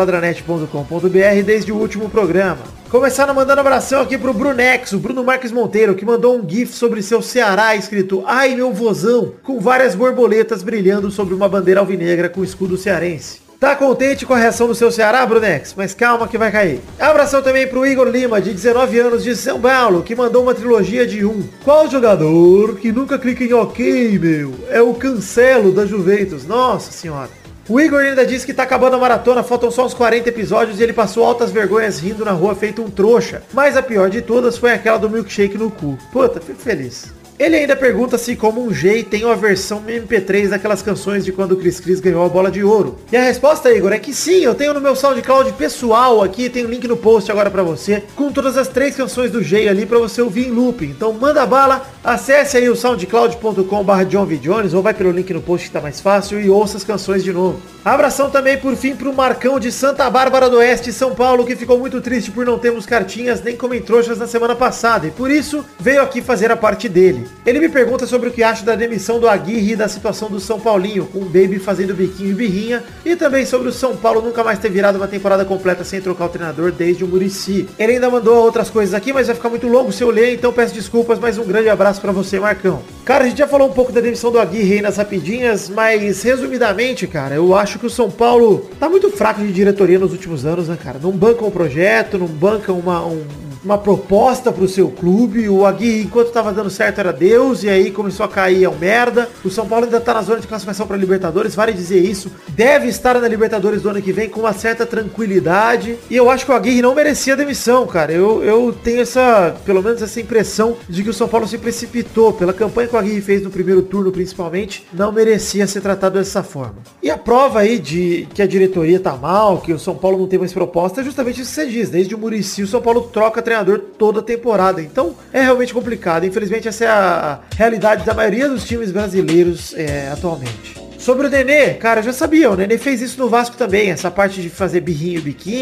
Speaker 3: podcast.peladranet.com.br desde o último programa. Começaram mandando um abração aqui pro Brunex, o Bruno Marques Monteiro, que mandou um gif sobre seu Ceará escrito Ai meu vozão, com várias borboletas brilhando sobre uma bandeira alvinegra com escudo cearense. Tá contente com a reação do seu Ceará, Brunex? Mas calma que vai cair. Abração também pro Igor Lima, de 19 anos, de São Paulo, que mandou uma trilogia de um. Qual jogador que nunca clica em OK, meu? É o Cancelo da Juventus. Nossa senhora. O Igor ainda disse que tá acabando a maratona, faltam só uns 40 episódios e ele passou altas vergonhas rindo na rua feito um trouxa. Mas a pior de todas foi aquela do milkshake no cu. Puta, fico feliz. Ele ainda pergunta se como um G tem uma versão MP3 daquelas canções de quando o Cris Cris ganhou a bola de ouro. E a resposta, Igor, é que sim, eu tenho no meu SoundCloud pessoal aqui, tem o link no post agora pra você, com todas as três canções do G ali pra você ouvir em looping. Então manda bala, acesse aí o soundcloud.com.br John V. Jones ou vai pelo link no post que tá mais fácil e ouça as canções de novo. Abração também, por fim, pro Marcão de Santa Bárbara do Oeste, São Paulo, que ficou muito triste por não termos cartinhas nem comentroxas na semana passada e por isso veio aqui fazer a parte dele. Ele me pergunta sobre o que acho da demissão do Aguirre e da situação do São Paulinho, com o Baby fazendo biquinho e birrinha, e também sobre o São Paulo nunca mais ter virado uma temporada completa sem trocar o treinador desde o Murici. Ele ainda mandou outras coisas aqui, mas vai ficar muito longo se eu ler, então peço desculpas, mas um grande abraço pra você, Marcão. Cara, a gente já falou um pouco da demissão do Aguirre aí nas rapidinhas, mas resumidamente, cara, eu acho que o São Paulo tá muito fraco de diretoria nos últimos anos, né, cara? Não banca um projeto, não banca uma, um, uma proposta pro seu clube. O Aguirre, enquanto tava dando certo, era Deus. E aí começou a cair, é um merda. O São Paulo ainda tá na zona de classificação pra Libertadores, vale dizer isso. Deve estar na Libertadores do ano que vem com uma certa tranquilidade. E eu acho que o Aguirre não merecia a demissão, cara. Eu, eu tenho essa, pelo menos essa impressão de que o São Paulo se precipitou pela campanha que o Aguirre fez no primeiro turno, principalmente. Não merecia ser tratado dessa forma. E a prova aí de que a diretoria tá mal, que o São Paulo não tem mais proposta, é justamente isso que você diz. Desde o Murici, o São Paulo troca treinador treinador toda temporada. Então é realmente complicado. Infelizmente essa é a realidade da maioria dos times brasileiros é, atualmente. Sobre o Nenê, cara, já sabia, o Nenê fez isso no Vasco também, essa parte de fazer birrinho, biquinho,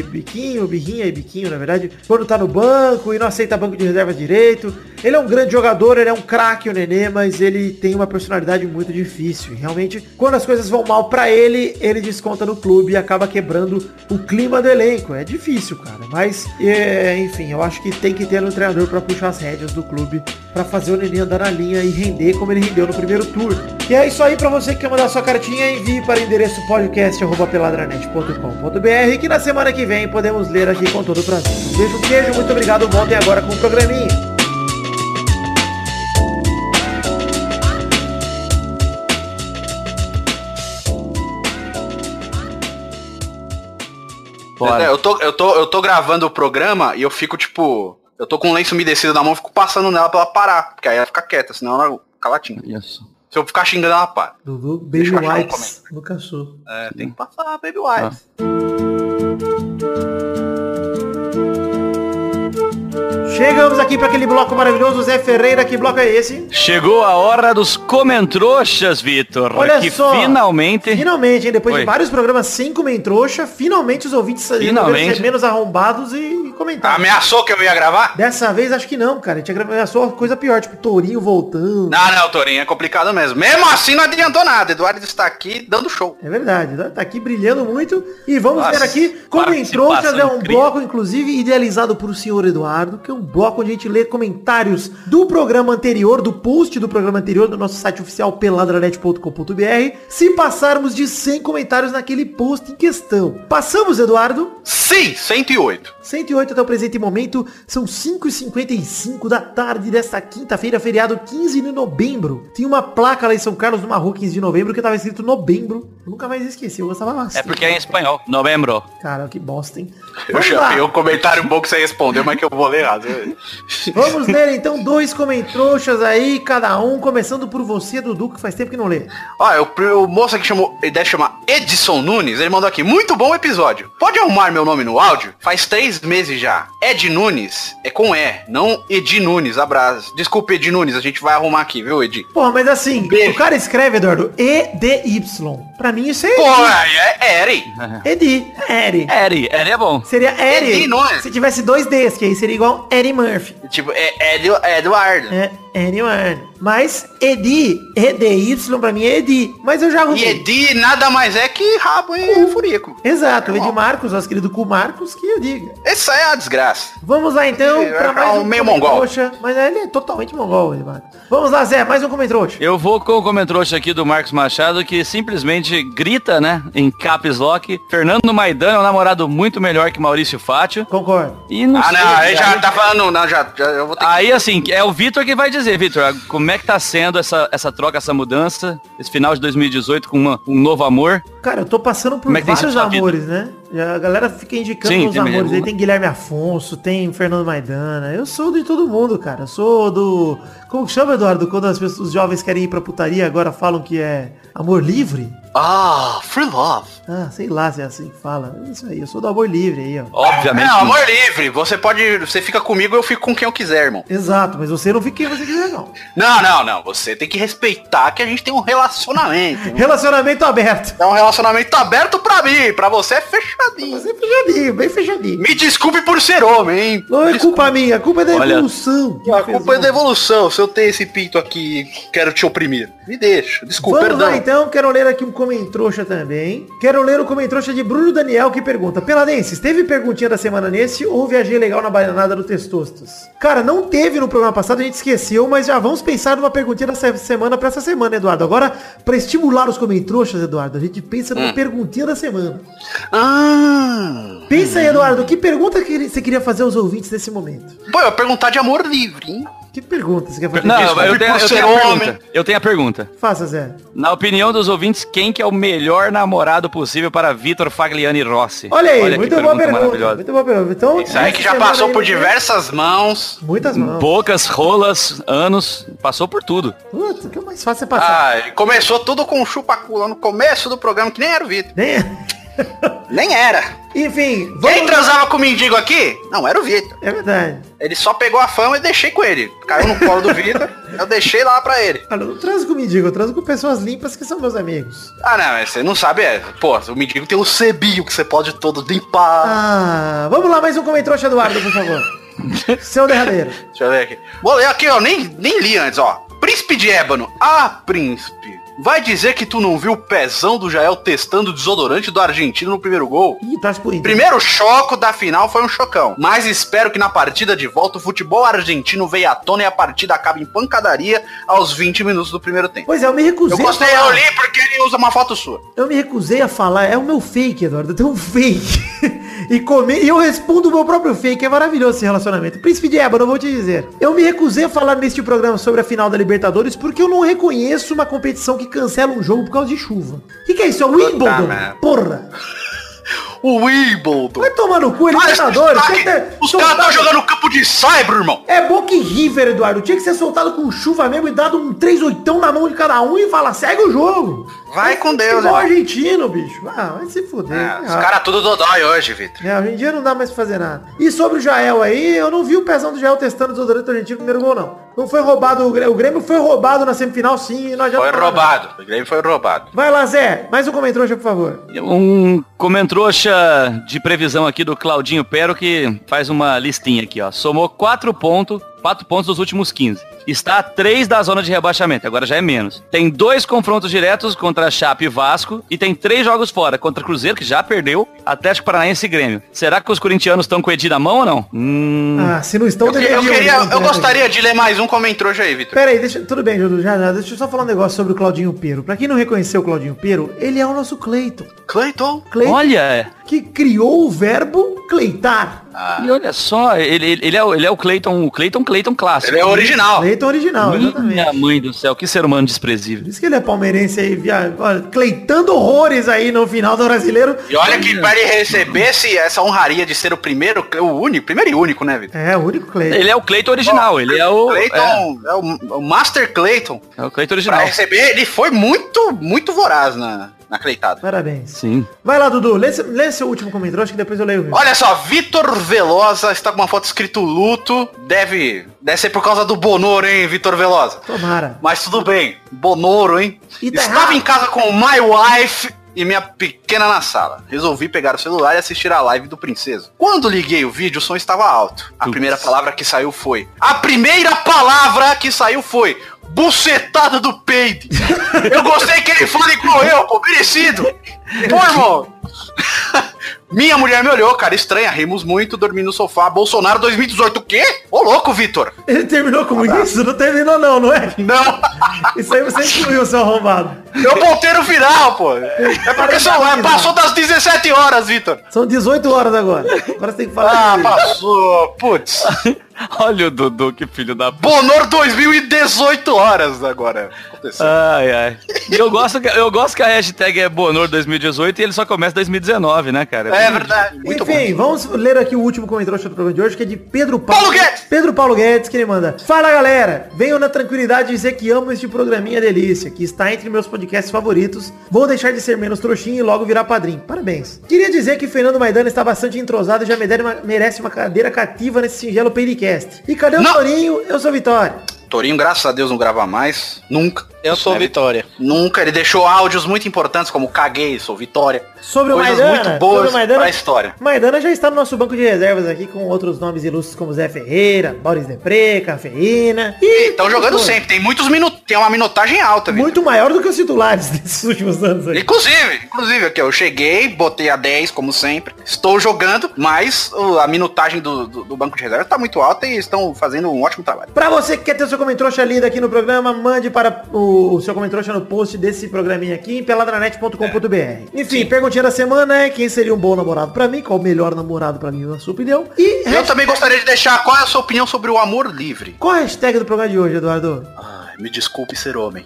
Speaker 3: e biquinho, birrinha e biquinho, na verdade, quando tá no banco e não aceita banco de reserva direito. Ele é um grande jogador, ele é um craque, o Nenê, mas ele tem uma personalidade muito difícil. E realmente, quando as coisas vão mal para ele, ele desconta no clube e acaba quebrando o clima do elenco. É difícil, cara, mas, é, enfim, eu acho que tem que ter um treinador para puxar as rédeas do clube, para fazer o Nenê andar na linha e render como ele rendeu no primeiro turno. E é isso aí para você que quer mandar sua cartinha, envie para o endereço podcast.peladranet.com.br que na semana que vem podemos ler aqui com todo prazer. Um beijo, um beijo, muito obrigado, voltem agora com o programinha.
Speaker 4: Bora.
Speaker 2: É, Eu tô, eu, tô, eu tô gravando o programa e eu fico, tipo. Eu tô com um lenço umedecido na mão, eu fico passando nela pra ela parar. Porque aí ela fica quieta, senão ela fica latindo.
Speaker 4: Isso.
Speaker 2: Se eu ficar xingando, ela para.
Speaker 3: Dudu,
Speaker 2: Deixa
Speaker 3: Baby
Speaker 2: eu achar um
Speaker 3: Whites, Lucas Su.
Speaker 2: É, tem que passar, baby wise.
Speaker 3: Chegamos aqui para aquele bloco maravilhoso, Zé Ferreira, que bloco é esse?
Speaker 4: Chegou a hora dos comentroxas, Vitor.
Speaker 3: Olha
Speaker 4: que
Speaker 3: só.
Speaker 4: finalmente.
Speaker 3: Finalmente, hein, depois de
Speaker 4: Oi.
Speaker 3: vários programas sem trouxa, finalmente os ouvintes
Speaker 4: Finalmente.
Speaker 3: ser menos arrombados e
Speaker 4: Ah.
Speaker 2: Tá,
Speaker 3: comentaram.
Speaker 2: ameaçou que eu ia gravar?
Speaker 3: Dessa vez acho que não, cara. Tinha gravado só coisa pior, tipo Tourinho voltando.
Speaker 2: Não, não, Torinho, é complicado mesmo. Mesmo assim não adiantou nada. Eduardo está aqui dando show.
Speaker 3: É verdade, né? tá aqui brilhando muito. E vamos
Speaker 4: Nossa,
Speaker 3: ver aqui como entrou,
Speaker 4: participação
Speaker 3: é um
Speaker 4: incrível.
Speaker 3: bloco, inclusive, idealizado por o senhor Eduardo, que é um bloco onde a gente lê comentários do programa anterior, do post do programa anterior, do nosso site oficial peladranet.com.br, se passarmos de 100 comentários naquele post em questão. Passamos, Eduardo?
Speaker 2: Sim, 108.
Speaker 3: 108 até o presente momento, são 5h55 da tarde desta quinta-feira, feriado 15 de novembro. Tem uma placa lá em São Carlos, numa rua 15 de novembro, que tava escrito novembro. Eu nunca mais esqueci, eu gostava
Speaker 4: É
Speaker 3: bastante.
Speaker 4: porque é em espanhol. Novembro.
Speaker 3: Cara, que bosta, hein?
Speaker 2: Eu
Speaker 3: Vamos
Speaker 2: já
Speaker 3: lá.
Speaker 2: vi um comentário bom que você respondeu, mas que eu vou ler errado.
Speaker 3: Vamos ler então dois comentroxas aí, cada um, começando por você, Dudu, que faz tempo que não lê.
Speaker 2: Olha, o, pr- o moço aqui chamou, ele deve chamar Edson Nunes, ele mandou aqui, muito bom episódio. Pode arrumar meu nome no áudio? Faz três meses já. Ed Nunes, é com E, não Edi Nunes, abraço. Desculpa, Edi Nunes, a gente vai arrumar aqui, viu, Edi?
Speaker 3: Porra, mas assim,
Speaker 2: Beijo.
Speaker 3: o cara escreve, Eduardo, E-D-Y. Pra mim isso é
Speaker 2: Pô, é, é Eri.
Speaker 3: Edi, é Eri.
Speaker 4: Eri. Eri é bom.
Speaker 3: Seria Eri,
Speaker 2: Edi, não é?
Speaker 3: se tivesse dois Ds, que aí seria igual Eddie Murphy.
Speaker 2: Tipo, é, Edu- é Eduardo.
Speaker 3: É, anyone. Mas Edi, EDY pra mim é Edi. Mas eu já
Speaker 2: E
Speaker 3: arrumei.
Speaker 2: Edi nada mais é que rabo e furico.
Speaker 3: Exato, o Edi Marcos, nosso querido Cu Marcos, que eu diga.
Speaker 2: Essa é a desgraça.
Speaker 3: Vamos lá então
Speaker 2: Ele
Speaker 3: pra
Speaker 2: é
Speaker 3: mais
Speaker 2: um meio
Speaker 3: comentroxa. Mas ele é totalmente mongol, Edi Marcos. Vamos lá, Zé, mais um comentroxa.
Speaker 4: Eu vou com o comentroxo aqui do Marcos Machado, que simplesmente grita, né, em caps lock, Fernando Maidana é um namorado muito melhor que Maurício Fátio.
Speaker 3: Concordo.
Speaker 4: E não
Speaker 2: Ah,
Speaker 4: sei,
Speaker 2: não, aí
Speaker 4: cara.
Speaker 2: já tá falando, não, já, já eu vou ter que...
Speaker 4: Aí, assim, é o Vitor que vai aí, Vitor, a- como é que tá sendo essa, essa troca, essa mudança, esse final de 2018 com uma- um novo amor?
Speaker 3: Cara, eu tô passando por
Speaker 4: Como é que tem
Speaker 3: vários
Speaker 4: sido sua vida?
Speaker 3: amores, né? E A galera fica indicando
Speaker 4: Sim,
Speaker 3: os
Speaker 4: tem
Speaker 3: amores.
Speaker 4: Guilherme
Speaker 3: Aí tem Guilherme Afonso, tem Fernando Maidana. Eu sou de todo mundo, cara. Eu sou do. Como que chama, Eduardo? Quando as pessoas, os jovens querem ir pra putaria agora falam que é amor livre?
Speaker 2: Ah, free love.
Speaker 3: Ah, sei lá se é assim que fala. É isso aí, eu sou do amor livre aí, ó.
Speaker 4: Obviamente.
Speaker 2: Não,
Speaker 4: não.
Speaker 2: amor livre. Você pode. Você fica comigo, eu fico com quem eu quiser, irmão.
Speaker 3: Exato, mas você não fica quem você quiser, não.
Speaker 2: Não, não, não. Você tem que respeitar que a gente tem um relacionamento.
Speaker 3: Relacionamento aberto.
Speaker 2: É um relacionamento aberto pra mim. Pra você é fechadinho.
Speaker 3: Você é fechadinho, bem fechadinho.
Speaker 2: Me desculpe por ser homem, hein?
Speaker 3: Não é culpa minha, a culpa é da
Speaker 4: Olha,
Speaker 3: evolução.
Speaker 2: A culpa é da evolução. Se eu tenho esse pinto aqui, quero te oprimir. Me deixa. Desculpa,
Speaker 3: Vamos lá
Speaker 2: Oh, perdão.
Speaker 3: então, quero ler aqui um comentrouxa também. Quero ler o comentrouxa de Bruno Daniel que pergunta Peladenses, teve perguntinha da semana nesse ou viajei legal na bananada do Testostas? Cara, não teve no programa passado, a gente esqueceu, mas já vamos pensar numa perguntinha dessa semana pra essa semana, Eduardo. Agora, pra estimular os comentrouxas, Eduardo, a gente pensa
Speaker 2: Hum.
Speaker 3: numa perguntinha da semana.
Speaker 2: Ah.
Speaker 3: Pensa aí, Eduardo, que pergunta que você queria fazer aos ouvintes nesse momento?
Speaker 2: Pô, eu ia perguntar de amor livre, hein?
Speaker 3: Que pergunta você quer fazer?
Speaker 4: Não,
Speaker 2: Desculpe
Speaker 4: eu tenho,
Speaker 2: por
Speaker 4: eu tenho
Speaker 2: ser
Speaker 4: a
Speaker 2: homem.
Speaker 4: pergunta. Eu tenho a pergunta.
Speaker 3: Faça, Zé.
Speaker 4: Na opinião dos ouvintes, quem que é o melhor namorado possível para Vitor Fagliani Rossi?
Speaker 3: Olha aí,
Speaker 4: que
Speaker 3: muito boa pergunta. Muito boa pergunta. Então,
Speaker 2: Isso aí que já passou por um diversas mãos.
Speaker 3: Muitas mãos.
Speaker 4: Poucas rolas, anos, passou por tudo.
Speaker 3: Putz, o que é mais fácil é passar.
Speaker 2: Ah, ele começou tudo com um chupacu lá no começo do programa, que nem era o Vitor.
Speaker 3: Né?
Speaker 2: Nem era.
Speaker 3: Enfim,
Speaker 2: Quem
Speaker 3: vamos...
Speaker 2: transava com o mendigo aqui? Não, era o Vitor.
Speaker 3: É verdade.
Speaker 2: Ele só pegou a fama e deixei com ele. Caiu no colo do Vitor, eu deixei lá pra ele.
Speaker 3: Cara, eu não transo com mendigo, eu transo com pessoas limpas que são meus amigos.
Speaker 2: Ah, não, mas você não sabe, é. Pô, o mendigo tem um sebinho que você pode todo limpar.
Speaker 3: Ah, vamos lá, mais um comentrouxa, Eduardo, por favor. Seu derradeiro.
Speaker 2: Deixa eu ver aqui. Vou ler aqui, ó. Nem, nem li antes, ó. Príncipe de Ébano. Ah, príncipe. Vai dizer que tu não viu o pezão do Jael testando o desodorante do argentino no primeiro gol?
Speaker 3: Ih, tá expoindo.
Speaker 2: Primeiro choco da final foi um chocão. Mas espero que na partida de volta o futebol argentino veio à tona e a partida acabe em pancadaria aos 20 minutos do primeiro tempo.
Speaker 3: Pois é, eu me
Speaker 2: Eu
Speaker 3: recusei
Speaker 2: gostei,
Speaker 3: a
Speaker 2: eu
Speaker 3: falar.
Speaker 2: li porque ele usa uma foto sua.
Speaker 3: Eu me recusei a falar. É o meu fake, Eduardo. Eu tenho um fake. e, come- e eu respondo o meu próprio fake. É maravilhoso esse relacionamento. Príncipe de Ébano, eu vou te dizer. Eu me recusei a falar neste programa sobre a final da Libertadores porque eu não reconheço uma competição que cancela um jogo por causa de chuva. O que, que é isso? É o Wimbledon?
Speaker 2: merda.
Speaker 3: Porra!
Speaker 2: O Wimbledon.
Speaker 3: Vai tomar no cu, é
Speaker 2: Para esse
Speaker 3: Libertadores.
Speaker 2: destaque.
Speaker 3: quer ter-
Speaker 2: Os caras
Speaker 3: soltado-
Speaker 2: estão jogando campo de cyber, irmão.
Speaker 3: É Boca e River, Eduardo. Tinha que ser soltado com chuva mesmo e dado um 3 oitão na mão de cada um e falar, segue o jogo.
Speaker 2: Vai com Deus,
Speaker 3: Igual
Speaker 2: irmão.
Speaker 3: argentino, bicho. Ah, vai se fuder.
Speaker 2: É, os
Speaker 3: Ah.
Speaker 2: caras tudo dodói hoje, Vitor.
Speaker 3: É, hoje em dia não dá mais pra fazer nada. E sobre o Jael aí, eu não vi o pezão do Jael testando o desodorante argentino no primeiro gol, não. Não foi roubado, o Grê- o Grêmio foi roubado na semifinal, sim, e nós já
Speaker 2: Foi roubado. O Grêmio foi roubado.
Speaker 3: Vai lá, Zé, mais um comentário, por favor.
Speaker 4: Um comentrouxa de previsão aqui do Claudinho Pero que faz uma listinha aqui, ó. Somou 4 pontos, 4 pontos dos últimos 15. Está a 3 da zona de rebaixamento, agora já é menos. Tem dois confrontos diretos contra Chape e Vasco e tem três jogos fora contra Cruzeiro, que já perdeu, Atlético Paranaense e Grêmio. Será que os corintianos estão com o Edi na mão ou não? Hum,
Speaker 3: Ah, se não estão,
Speaker 2: Eu, que- eu
Speaker 3: deveriam,
Speaker 2: queria,
Speaker 3: né,
Speaker 2: eu
Speaker 3: Zé?
Speaker 2: gostaria de ler mais um comentário hoje aí, Vitor.
Speaker 3: Pera aí, deixa, tudo bem, Dudu, já, já, deixa eu só falar um negócio sobre o Claudinho Pero. Pra quem não reconheceu o Claudinho Pero, ele é o nosso Cleiton.
Speaker 2: Clayton.
Speaker 3: Cleiton
Speaker 4: olha,
Speaker 3: que criou o verbo cleitar.
Speaker 2: Ah.
Speaker 4: e olha só, ele, ele- ele é, o- ele é o Cleiton, o Cleiton Cleiton clássico.
Speaker 2: Ele é original.
Speaker 3: Cleiton original, exatamente.
Speaker 4: Minha mãe do céu, que ser humano desprezível.
Speaker 3: Por isso que ele é palmeirense aí, via... olha, cleitando horrores aí no final do brasileiro.
Speaker 2: E olha que para ele receber esse- essa honraria de ser o primeiro, o único, primeiro e único, né, Vitor?
Speaker 3: É, o único Cleiton.
Speaker 4: Ele é o Cleiton original, ele é o. É,
Speaker 2: Clayton, é. o, o Master Clayton.
Speaker 4: é o Cleiton
Speaker 2: Pra
Speaker 4: original.
Speaker 2: receber, ele foi muito, muito voraz na, na cleitada.
Speaker 3: Parabéns.
Speaker 4: Sim.
Speaker 3: Vai lá, Dudu, lê, esse- lê seu último comentário, acho que depois eu leio o meu.
Speaker 2: Olha só, Vitor Velosa está com uma foto escrito luto. Deve, deve ser por causa do Bonoro, hein, Vitor Velosa.
Speaker 3: Tomara.
Speaker 2: Mas tudo bem, Bonoro, hein?
Speaker 3: E tá
Speaker 2: Estava
Speaker 3: errado.
Speaker 2: em casa com my wife e minha pequena na sala. Resolvi pegar o celular e assistir a live do princeso. Quando liguei o vídeo, o som estava alto. A
Speaker 4: Putz.
Speaker 2: primeira palavra que saiu foi. A primeira palavra que saiu foi. Bucetada do peito. Eu gostei que ele fala igual eu, pô, merecido. Pô, irmão. Minha mulher me olhou, cara, estranha, rimos muito, dormi no sofá, Bolsonaro 2018, o quê? Ô louco, Vitor.
Speaker 3: Ele terminou com isso? Não terminou não, não é?
Speaker 2: Não.
Speaker 3: Isso aí você excluiu, seu arrombado.
Speaker 2: Eu voltei no final, pô. É porque são, é, passou das 17 horas, Vitor.
Speaker 3: São 18 horas agora. Agora você tem que falar.
Speaker 2: Ah,
Speaker 3: dele.
Speaker 2: passou. Putz.
Speaker 4: Olha o Dudu, que filho da p...
Speaker 2: Bonor 2018 horas agora. Aconteceu.
Speaker 4: Ai, ai. E eu gosto, que, eu gosto que a hashtag é Bonor 2018 e ele só começa 2019, né, cara?
Speaker 2: É verdade. Muito
Speaker 3: Enfim,
Speaker 2: bom.
Speaker 3: vamos ler aqui o último comentário do programa de hoje, que é de Pedro
Speaker 2: Paulo Guedes!
Speaker 3: Pedro Paulo Guedes, que ele manda. Fala, galera! Venho na tranquilidade dizer que amo este programinha delícia, que está entre meus podcasts favoritos. Vou deixar de ser menos trouxinha e logo virar padrinho. Parabéns. Queria dizer que Fernando Maidana está bastante entrosado e já me der uma- merece uma cadeira cativa nesse singelo Pericast. E cadê o
Speaker 2: Não.
Speaker 3: Torinho? Eu sou Vitória.
Speaker 2: Torinho, graças a Deus, não grava mais. Nunca.
Speaker 7: Eu sou
Speaker 2: É,
Speaker 7: Vitória.
Speaker 2: Nunca. Ele deixou áudios muito importantes, como Caguei, sou Vitória.
Speaker 3: Sobre o
Speaker 2: Coisas
Speaker 3: Maidana,
Speaker 2: muito boas
Speaker 3: sobre o Maidana,
Speaker 2: pra história.
Speaker 3: Maidana já está no nosso banco de reservas aqui com outros nomes ilustres como Zé Ferreira, Boris Depré, Cafeína. E
Speaker 2: Estão jogando
Speaker 3: Pô,
Speaker 2: sempre. né? Tem muitos minutos. Tem uma minutagem alta, Vitor.
Speaker 3: Muito maior do que os titulares desses últimos anos aí.
Speaker 2: Inclusive, inclusive, aqui, ó, eu cheguei, botei a 10, como sempre. Estou jogando, mas uh, a minutagem do, do- do banco de reserva tá muito alta e estão fazendo um ótimo trabalho.
Speaker 3: Pra você que quer ter o seu comentrouxa lido aqui no programa, mande para o, o seu comentrouxa no post desse programinha aqui em peladranet.com.br.
Speaker 2: É.
Speaker 3: Enfim, perguntinha da semana é quem seria um bom namorado pra mim, qual o melhor namorado pra mim, na sua opinião. E
Speaker 2: Eu também gostaria de deixar qual é a sua opinião sobre o amor livre.
Speaker 3: qual a hashtag do programa de hoje, Eduardo?
Speaker 2: Ai, me desculpe ser homem.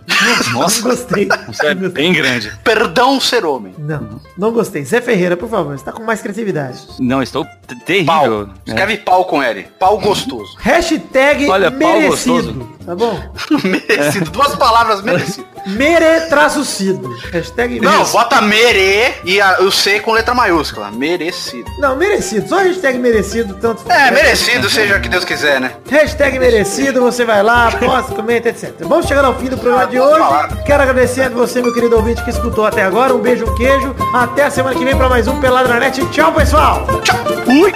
Speaker 3: Não gostei.
Speaker 4: Isso é bem grande.
Speaker 2: Perdão ser homem.
Speaker 3: Não, não gostei. Zé Ferreira, por favor, você tá com mais criatividade.
Speaker 4: Não, estou t- terrível.
Speaker 2: Pau.
Speaker 4: É.
Speaker 2: Escreve pau com L. Pau gostoso.
Speaker 3: Hashtag
Speaker 4: Olha, pau
Speaker 3: merecido. Tá bom?
Speaker 2: merecido. Duas palavras merecido.
Speaker 3: Mere traço sido. Hashtag
Speaker 2: Não,
Speaker 3: É. merecido.
Speaker 2: bota mere e a- o C com letra maiúscula. Merecido.
Speaker 3: Não, merecido. Só hashtag merecido, tanto
Speaker 2: É, merecido, seja o que Deus quiser, né?
Speaker 3: Hashtag merecido, você vai lá, posta, comenta, etc. Vamos chegando ao fim do programa de hoje. Quero agradecer a você, meu querido ouvinte, que escutou até agora. Um beijo, um queijo. Até a semana que vem pra mais um Peladranet. Tchau, pessoal!
Speaker 2: Tchau. Fui.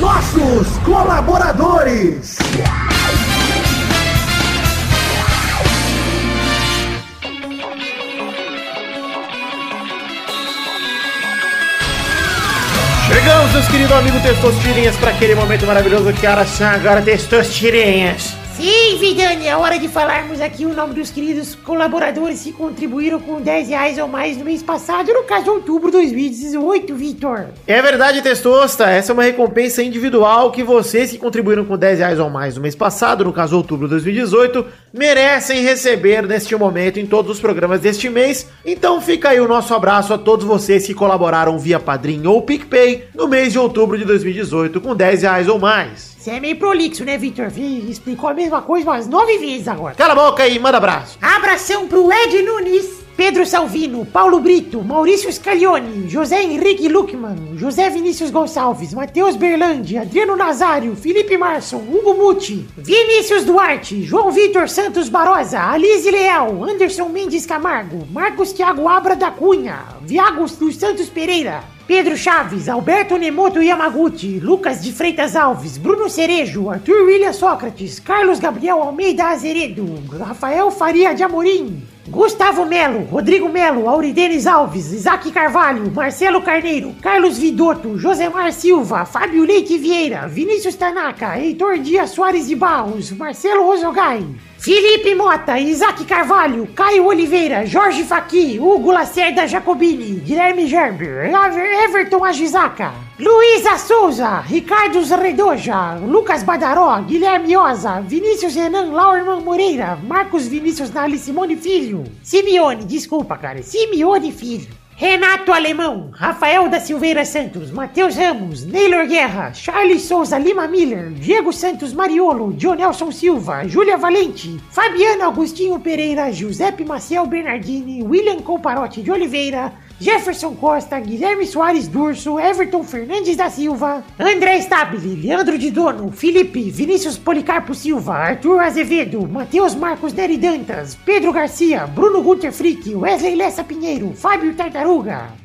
Speaker 3: Nossos colaboradores! Chegamos, meus queridos amigos Testostirinhas, para aquele momento maravilhoso que horas são agora, Testostirinhas.
Speaker 5: Sim, Vidani, é hora de falarmos aqui o nome dos queridos colaboradores que contribuíram com 10 reais ou mais no mês passado, no caso de outubro de 2018, Vitor.
Speaker 3: É verdade, Testosta. Essa é uma recompensa individual que vocês que contribuíram com 10 reais ou mais no mês passado, no caso outubro de 2018, merecem receber neste momento em todos os programas deste mês. Então fica aí o nosso abraço a todos vocês que colaboraram via Padrim ou PicPay no mês de outubro de 2018 com 10 reais ou mais.
Speaker 5: Você é meio prolixo, né, Vitor? Vi- Explicou a mesma coisa umas nove vezes agora.
Speaker 3: Cala a boca e manda abraço.
Speaker 5: Abração pro Ed Nunes, Pedro Salvino, Paulo Brito, Maurício Scaglione, José Henrique Luckman, José Vinícius Gonçalves, Matheus Berlandi, Adriano Nazário, Felipe Marson, Hugo Muti, Vinícius Duarte, João Vitor Santos Barosa, Alice Leal, Anderson Mendes Camargo, Marcos Thiago Abra da Cunha, Viago dos Santos Pereira, Pedro Chaves, Alberto Nemoto Yamaguchi, Lucas de Freitas Alves, Bruno Cerejo, Arthur William Sócrates, Carlos Gabriel Almeida Azeredo, Rafael Faria de Amorim, Gustavo Melo, Rodrigo Melo, Auridenes Alves, Isaac Carvalho, Marcelo Carneiro, Carlos Vidotto, Josemar Silva, Fábio Leite Vieira, Vinícius Tanaka, Heitor Dias Soares de Barros, Marcelo Rosogai, Felipe Mota, Isaac Carvalho, Caio Oliveira, Jorge Faqui, Hugo Lacerda Jacobini, Guilherme Gerber, Ever- Everton Ajizaca, Luísa Souza, Ricardo Redoja, Lucas Badaró, Guilherme Oza, Vinícius Renan, Laurman Moreira, Marcos Vinícius Nali, Simone Filho, Simeone, desculpa cara, Simeone Filho. Renato Alemão, Rafael da Silveira Santos, Matheus Ramos, Neylor Guerra, Charles Souza Lima Miller, Diego Santos Mariolo, Dionelson Silva, Júlia Valente, Fabiano Agostinho Pereira, Giuseppe Maciel Bernardini, William Comparotti de Oliveira, Jefferson Costa, Guilherme Soares Durso, Everton Fernandes da Silva, André Stabile, Leandro de Dono, Felipe, Vinícius Policarpo Silva, Arthur Azevedo, Matheus Marcos Neri Dantas, Pedro Garcia, Bruno Gunter Frick, Wesley Lessa Pinheiro, Fábio Tartaruga,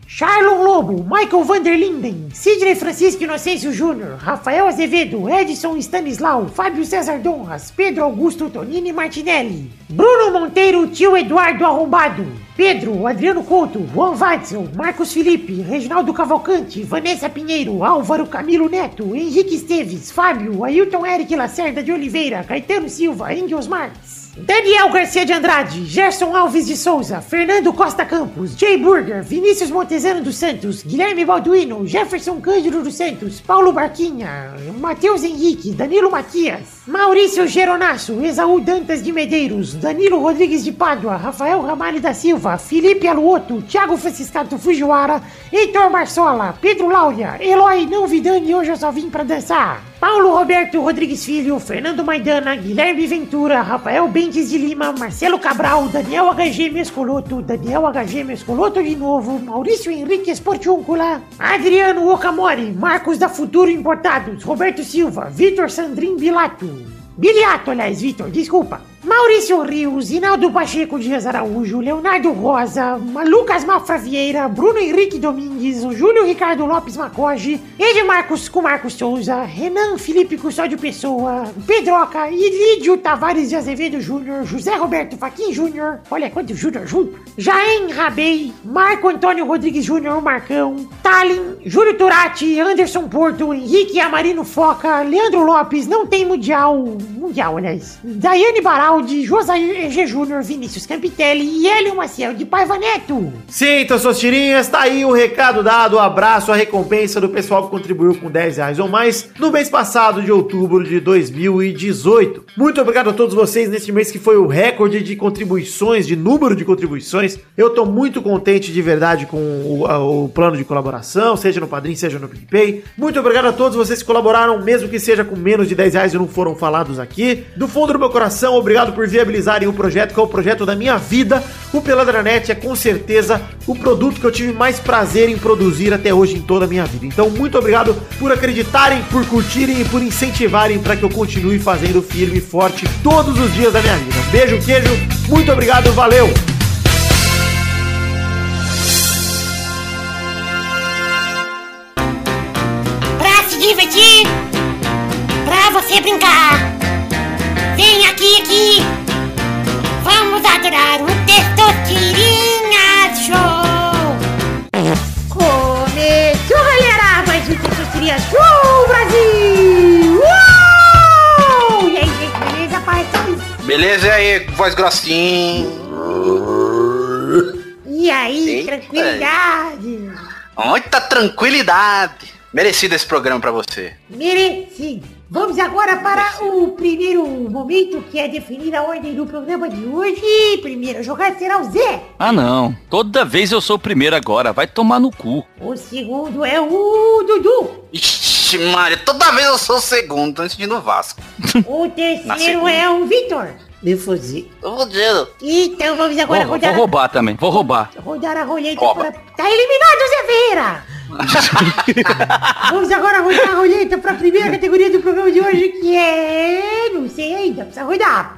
Speaker 5: Charlon Lobo, Michael Vanderlinden, Sidney Francisco Inocêncio Júnior, Rafael Azevedo, Edson Stanislau, Fábio César Donras, Pedro Augusto Tonini Martinelli, Bruno Monteiro, tio Eduardo Arrombado, Pedro, Adriano Couto, Juan Watson, Marcos Felipe, Reginaldo Cavalcante, Vanessa Pinheiro, Álvaro Camilo Neto, Henrique Esteves, Fábio, Ailton Eric Lacerda de Oliveira, Caetano Silva, Engels Marques. Daniel Garcia de Andrade, Gerson Alves de Souza, Fernando Costa Campos, Jay Burger, Vinícius Montezano dos Santos, Guilherme Balduino, Jefferson Cândido dos Santos, Paulo Barquinha, Matheus Henrique, Danilo Matias, Maurício Geronasso, Esaú Dantas de Medeiros, Danilo Rodrigues de Pádua, Rafael Ramalho da Silva, Felipe Aluoto, Thiago Franciscato Fujiwara, Heitor Marsola, Pedro Laura, Eloy Não Vidani, hoje eu só vim pra dançar. Paulo Roberto Rodrigues Filho, Fernando Maidana, Guilherme Ventura, Rafael Bentes de Lima, Marcelo Cabral, Daniel HG Mescoloto, Daniel HG Mescoloto de novo, Maurício Henrique Esportiúncula, Adriano Okamori, Marcos da Futuro Importados, Roberto Silva, Vitor Sandrin Bilato, Biliato, aliás, Vitor, desculpa. Maurício Rios, Inaldo Pacheco Dias Araújo, Leonardo Rosa, Lucas Mafra Vieira, Bruno Henrique Domingues, o Júlio Ricardo Lopes Macoge, Edmarcos com Marcos Souza, Renan Felipe Custódio Pessoa, Pedroca, Ilídio Tavares de Azevedo Júnior, José Roberto Faquin Júnior, olha quanto Júnior junto, Jaen Rabei, Marco Antônio Rodrigues Júnior Marcão, Tallin, Júlio Turati, Anderson Porto, Henrique Amarino Foca, Leandro Lopes, não tem Mundial, Mundial, aliás, Daiane Baral, de Josair EG Júnior, Vinícius Campitelli e Hélio Maciel de Paiva Neto.
Speaker 3: Sinta suas tirinhas, tá aí o recado dado, o abraço, a recompensa do pessoal que contribuiu com 10 reais ou mais no mês passado de outubro de 2018. Muito obrigado a todos vocês neste mês que foi o recorde de contribuições, de número de contribuições. Eu tô muito contente de verdade com o, a- o plano de colaboração, seja no Padrim, seja no PicPay. Muito obrigado a todos vocês que colaboraram, mesmo que seja com menos de 10 reais e não foram falados aqui. Do fundo do meu coração, obrigado por viabilizarem o projeto, que é o projeto da minha vida. O Peladranet é com certeza o produto que eu tive mais prazer em produzir até hoje em toda a minha vida. Então, muito obrigado por acreditarem, por curtirem e por incentivarem para que eu continue fazendo firme e forte todos os dias da minha vida. Beijo, queijo, muito obrigado, valeu!
Speaker 7: pra se divertir, pra você brincar. Vem aqui, aqui, vamos adorar o Testosterinha Show.
Speaker 5: Começou, galera! Mais um Texas Seria Show Brasil! Uou! E aí, gente, beleza, parças?
Speaker 2: Beleza, e aí, voz grossinha?
Speaker 5: E aí,
Speaker 2: Eita.
Speaker 5: tranquilidade?
Speaker 2: Muita tranquilidade. Merecido esse programa pra você.
Speaker 5: Merecido. Vamos agora para o primeiro momento, que é definir a ordem do programa de hoje. Primeiro a jogar será o Zé.
Speaker 4: Ah não, toda vez eu sou o primeiro agora, vai tomar no cu.
Speaker 5: O segundo é o Dudu.
Speaker 2: Ixi, Mário, toda vez eu sou o segundo, tô sentindo o Vasco.
Speaker 5: O
Speaker 2: Na
Speaker 5: terceiro
Speaker 2: segunda.
Speaker 5: é o Vitor. Me fuzi.
Speaker 2: Tô fodido.
Speaker 5: Então vamos agora
Speaker 4: Vou, vou
Speaker 5: rodar, a,
Speaker 4: roubar também, vou roubar.
Speaker 5: rodar a roleta
Speaker 2: Rouba.
Speaker 5: pra... Tá eliminado, Zé Ferreira! vamos agora rodar a roleta pra primeira categoria do programa de hoje, que é... Não sei ainda, precisa rodar.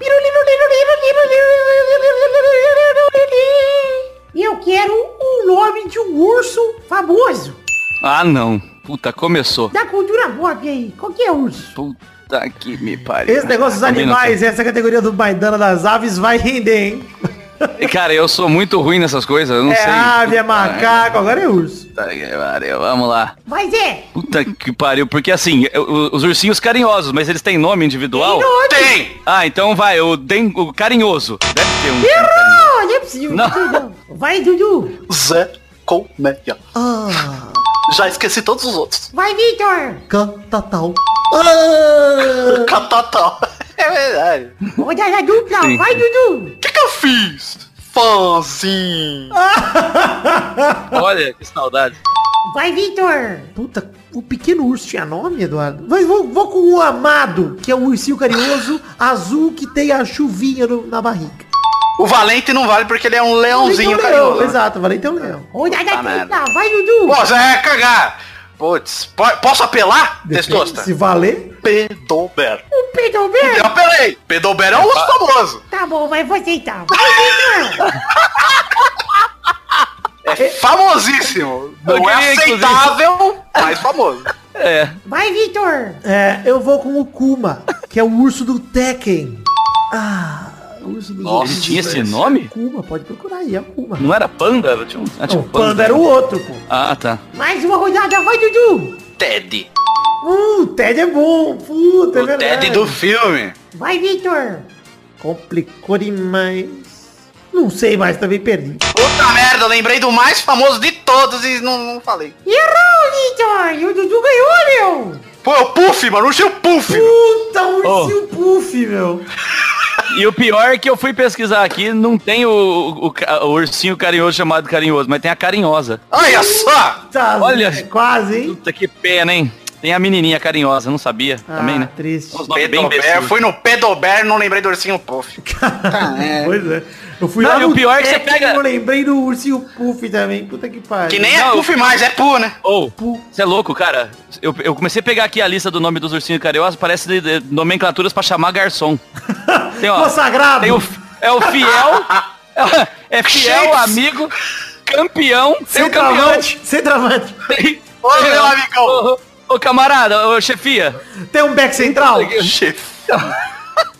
Speaker 5: Eu quero o nome de um urso famoso
Speaker 4: Ah não, puta, começou.
Speaker 5: da cultura pop aí. Qual que é o urso?
Speaker 4: Puta que me pariu. Tá
Speaker 3: Esse negócio dos
Speaker 4: Também não
Speaker 3: animais, essa categoria do Baidana das aves vai render, hein?
Speaker 4: sei. Cara, eu sou muito ruim nessas coisas, eu não
Speaker 3: é
Speaker 4: sei.
Speaker 3: ave, é
Speaker 4: Puta,
Speaker 3: macaco, agora é urso.
Speaker 4: Puta que pariu, vamos lá.
Speaker 5: Vai, Zé!
Speaker 4: Puta que pariu, porque assim, eu- o- os ursinhos carinhosos, mas eles têm nome individual?
Speaker 2: Tem!
Speaker 4: Ah, então vai, o, den, o carinhoso. Deve ter um.
Speaker 5: Errou! Não é possível.
Speaker 4: Não.
Speaker 5: Não. Vai, Dudu.
Speaker 2: Zé Colmeia.
Speaker 3: Ah.
Speaker 2: Já esqueci todos os outros.
Speaker 5: Vai, Vitor.
Speaker 1: Catatal.
Speaker 3: Ah.
Speaker 2: Catatá. É verdade.
Speaker 5: Rodada dupla.
Speaker 4: Sim.
Speaker 5: Vai, Dudu.
Speaker 2: O que, que eu fiz? Fãzinho.
Speaker 4: Olha, que saudade.
Speaker 5: Vai, Vitor.
Speaker 3: Puta, o pequeno urso tinha nome, Eduardo? Mas vou, vou com o amado, que é o ursinho carinhoso azul que tem a chuvinha no- na barriga.
Speaker 2: O Valente não vale porque ele é um leãozinho
Speaker 3: Valentão leão,
Speaker 2: carinhoso. né?
Speaker 3: Exato, valeu então leão.
Speaker 5: Rodada
Speaker 4: Tá
Speaker 2: Puta merda.
Speaker 5: dupla. Vai, Dudu.
Speaker 2: Pô, Zé, é cagar. Putz, po- posso apelar?
Speaker 3: Depende
Speaker 2: Testosta.
Speaker 3: Se valer,
Speaker 2: Pedober.
Speaker 5: O Pedro Bem.
Speaker 2: Eu apelei. Pedober é um urso famoso.
Speaker 5: Tá bom, vai você então. Vai, Vitor.
Speaker 2: É famosíssimo.
Speaker 4: Eu
Speaker 2: Não é
Speaker 4: queria, inclusive.
Speaker 2: aceitável, mas famoso.
Speaker 4: É,
Speaker 5: Vai, Vitor.
Speaker 3: é, eu vou com o Kuma, que é o urso do Tekken. Ah,
Speaker 1: Urso dos
Speaker 4: Nossa,
Speaker 1: Ursos
Speaker 4: tinha esse
Speaker 1: Verdes.
Speaker 4: nome?
Speaker 3: Kuma, pode procurar aí, é Kuma.
Speaker 4: Não era Panda? Tinha um, ah, tinha
Speaker 3: Não,
Speaker 4: um
Speaker 3: o Panda era o outro, pô.
Speaker 4: Ah, tá.
Speaker 5: Mais uma rodada, vai, Dudu!
Speaker 2: Ted.
Speaker 3: Uh, o Ted é bom. Puta, é
Speaker 2: O
Speaker 3: verdade.
Speaker 2: Ted do filme.
Speaker 5: Vai, Victor!
Speaker 3: Complicou demais. Não sei mais, também perdi.
Speaker 2: Puta merda, lembrei do mais famoso de todos e não, não falei.
Speaker 5: Errou, Victor! E o Dudu ganhou, meu!
Speaker 2: Pô, é o Puff, mano. Ursinho Puff.
Speaker 3: Puta, um ursinho puff, meu.
Speaker 4: E o pior é que eu fui pesquisar aqui, não tem o, o, ca- o ursinho carinhoso chamado carinhoso, mas tem a carinhosa.
Speaker 2: Olha só.
Speaker 3: Tá,
Speaker 4: Olha.
Speaker 3: é quase, hein?
Speaker 4: Puta que pena, hein? Tem a menininha carinhosa, não sabia também,
Speaker 3: Ah,
Speaker 4: né?
Speaker 3: triste.
Speaker 4: Uns nomes bem
Speaker 2: Pedober,
Speaker 4: imbecil.
Speaker 2: fui no Pedober, não lembrei do ursinho Puff.
Speaker 3: Pois é. Eu fui
Speaker 4: Não,
Speaker 3: lá
Speaker 4: e o pior é que você
Speaker 3: Tec e
Speaker 4: pega-
Speaker 3: Eu lembrei do ursinho puff também. Puta que pariu.
Speaker 2: Que nem é
Speaker 4: Não.
Speaker 2: Puff mais, é Pu, né?
Speaker 4: Ou, você é louco, cara. Eu, eu comecei a pegar aqui a lista do nome dos ursinhos carinhosos, parece de- de nomenclaturas pra chamar garçom. Tem, ó,
Speaker 3: Consagrado.
Speaker 4: tem o, é o fiel, é, é fiel,
Speaker 2: Shakes.
Speaker 4: amigo, campeão, tem o campeão.
Speaker 3: Centroavante. Centroavante.
Speaker 4: Tem,
Speaker 2: Ô, meu amigão.
Speaker 4: Ô, ô, ô, camarada, ô, chefia.
Speaker 3: Tem um back central.
Speaker 2: Chefe.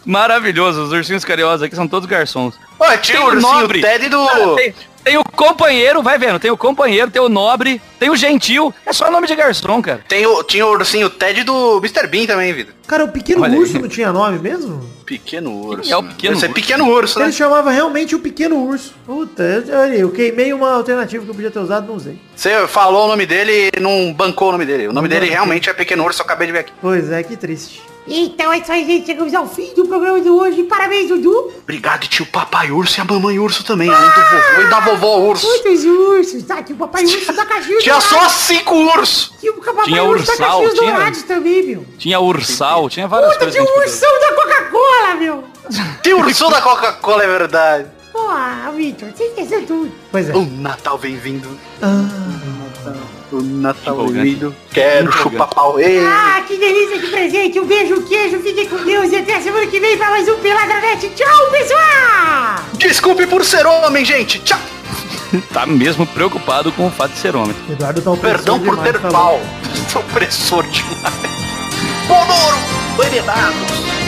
Speaker 4: Maravilhoso, os ursinhos carinhosos aqui são todos garçons.
Speaker 2: Ô, tinha o ursinho Ted do...
Speaker 4: um Cara, tem, tem o companheiro, vai vendo, tem o companheiro, tem o nobre, tem o gentil. É só nome de garçom, cara.
Speaker 2: Tem o, tinha o ursinho Ted do Mr. Bean também, vida.
Speaker 3: Cara, o pequeno
Speaker 4: Olha aí.
Speaker 3: urso não tinha nome mesmo?
Speaker 2: Pequeno
Speaker 4: Quem é o pequeno
Speaker 2: Esse é
Speaker 4: urso?
Speaker 2: pequeno urso, né?
Speaker 3: Ele chamava realmente o pequeno urso. Puta, eu, olha aí, eu queimei uma alternativa que eu podia ter usado, não usei.
Speaker 2: Você falou o nome dele e não bancou o nome dele. O nome dele
Speaker 3: Não.
Speaker 2: realmente é pequeno urso, eu acabei de ver aqui.
Speaker 3: Pois é, que triste.
Speaker 5: Então é isso aí, gente. Chegamos ao fim do programa de hoje. Parabéns, Dudu.
Speaker 2: Obrigado, tio papai urso e a mamãe urso também, além do vovô e da vovó urso.
Speaker 5: Muitos ursos. Tá aqui o papai urso da Caxias
Speaker 2: Tinha só cinco ursos.
Speaker 5: Tinha o papai
Speaker 4: Tinha
Speaker 5: urso da
Speaker 4: ursal,
Speaker 5: Caxias
Speaker 4: tinha.
Speaker 5: Dourados também, meu.
Speaker 4: Tinha ursal, tinha várias
Speaker 5: Puta, tinha
Speaker 4: coisas. que a
Speaker 5: o
Speaker 2: um
Speaker 4: gente podia-
Speaker 5: ursão da Coca-Cola, meu.
Speaker 2: Tem um urso da Coca-Cola, é verdade.
Speaker 5: Porra, Victor, você esqueceu tudo.
Speaker 3: Pois é.
Speaker 2: O Natal vem vindo. O Natal vem
Speaker 4: Empolgante.
Speaker 2: vindo. Quero
Speaker 4: Empolgante.
Speaker 2: chupar pau. Ei.
Speaker 5: Ah, que delícia de presente. Um beijo, um queijo. Fiquem com Deus e até semana que vem pra mais um Peladranet. Tchau, pessoal.
Speaker 2: Desculpe por ser homem, gente. Tchau.
Speaker 4: Tá mesmo preocupado com o fato de ser homem.
Speaker 3: Eduardo tá opressor
Speaker 2: Perdão por
Speaker 3: demais,
Speaker 2: ter
Speaker 3: tá
Speaker 2: pau. Sou opressor demais. Bonoro, venenados.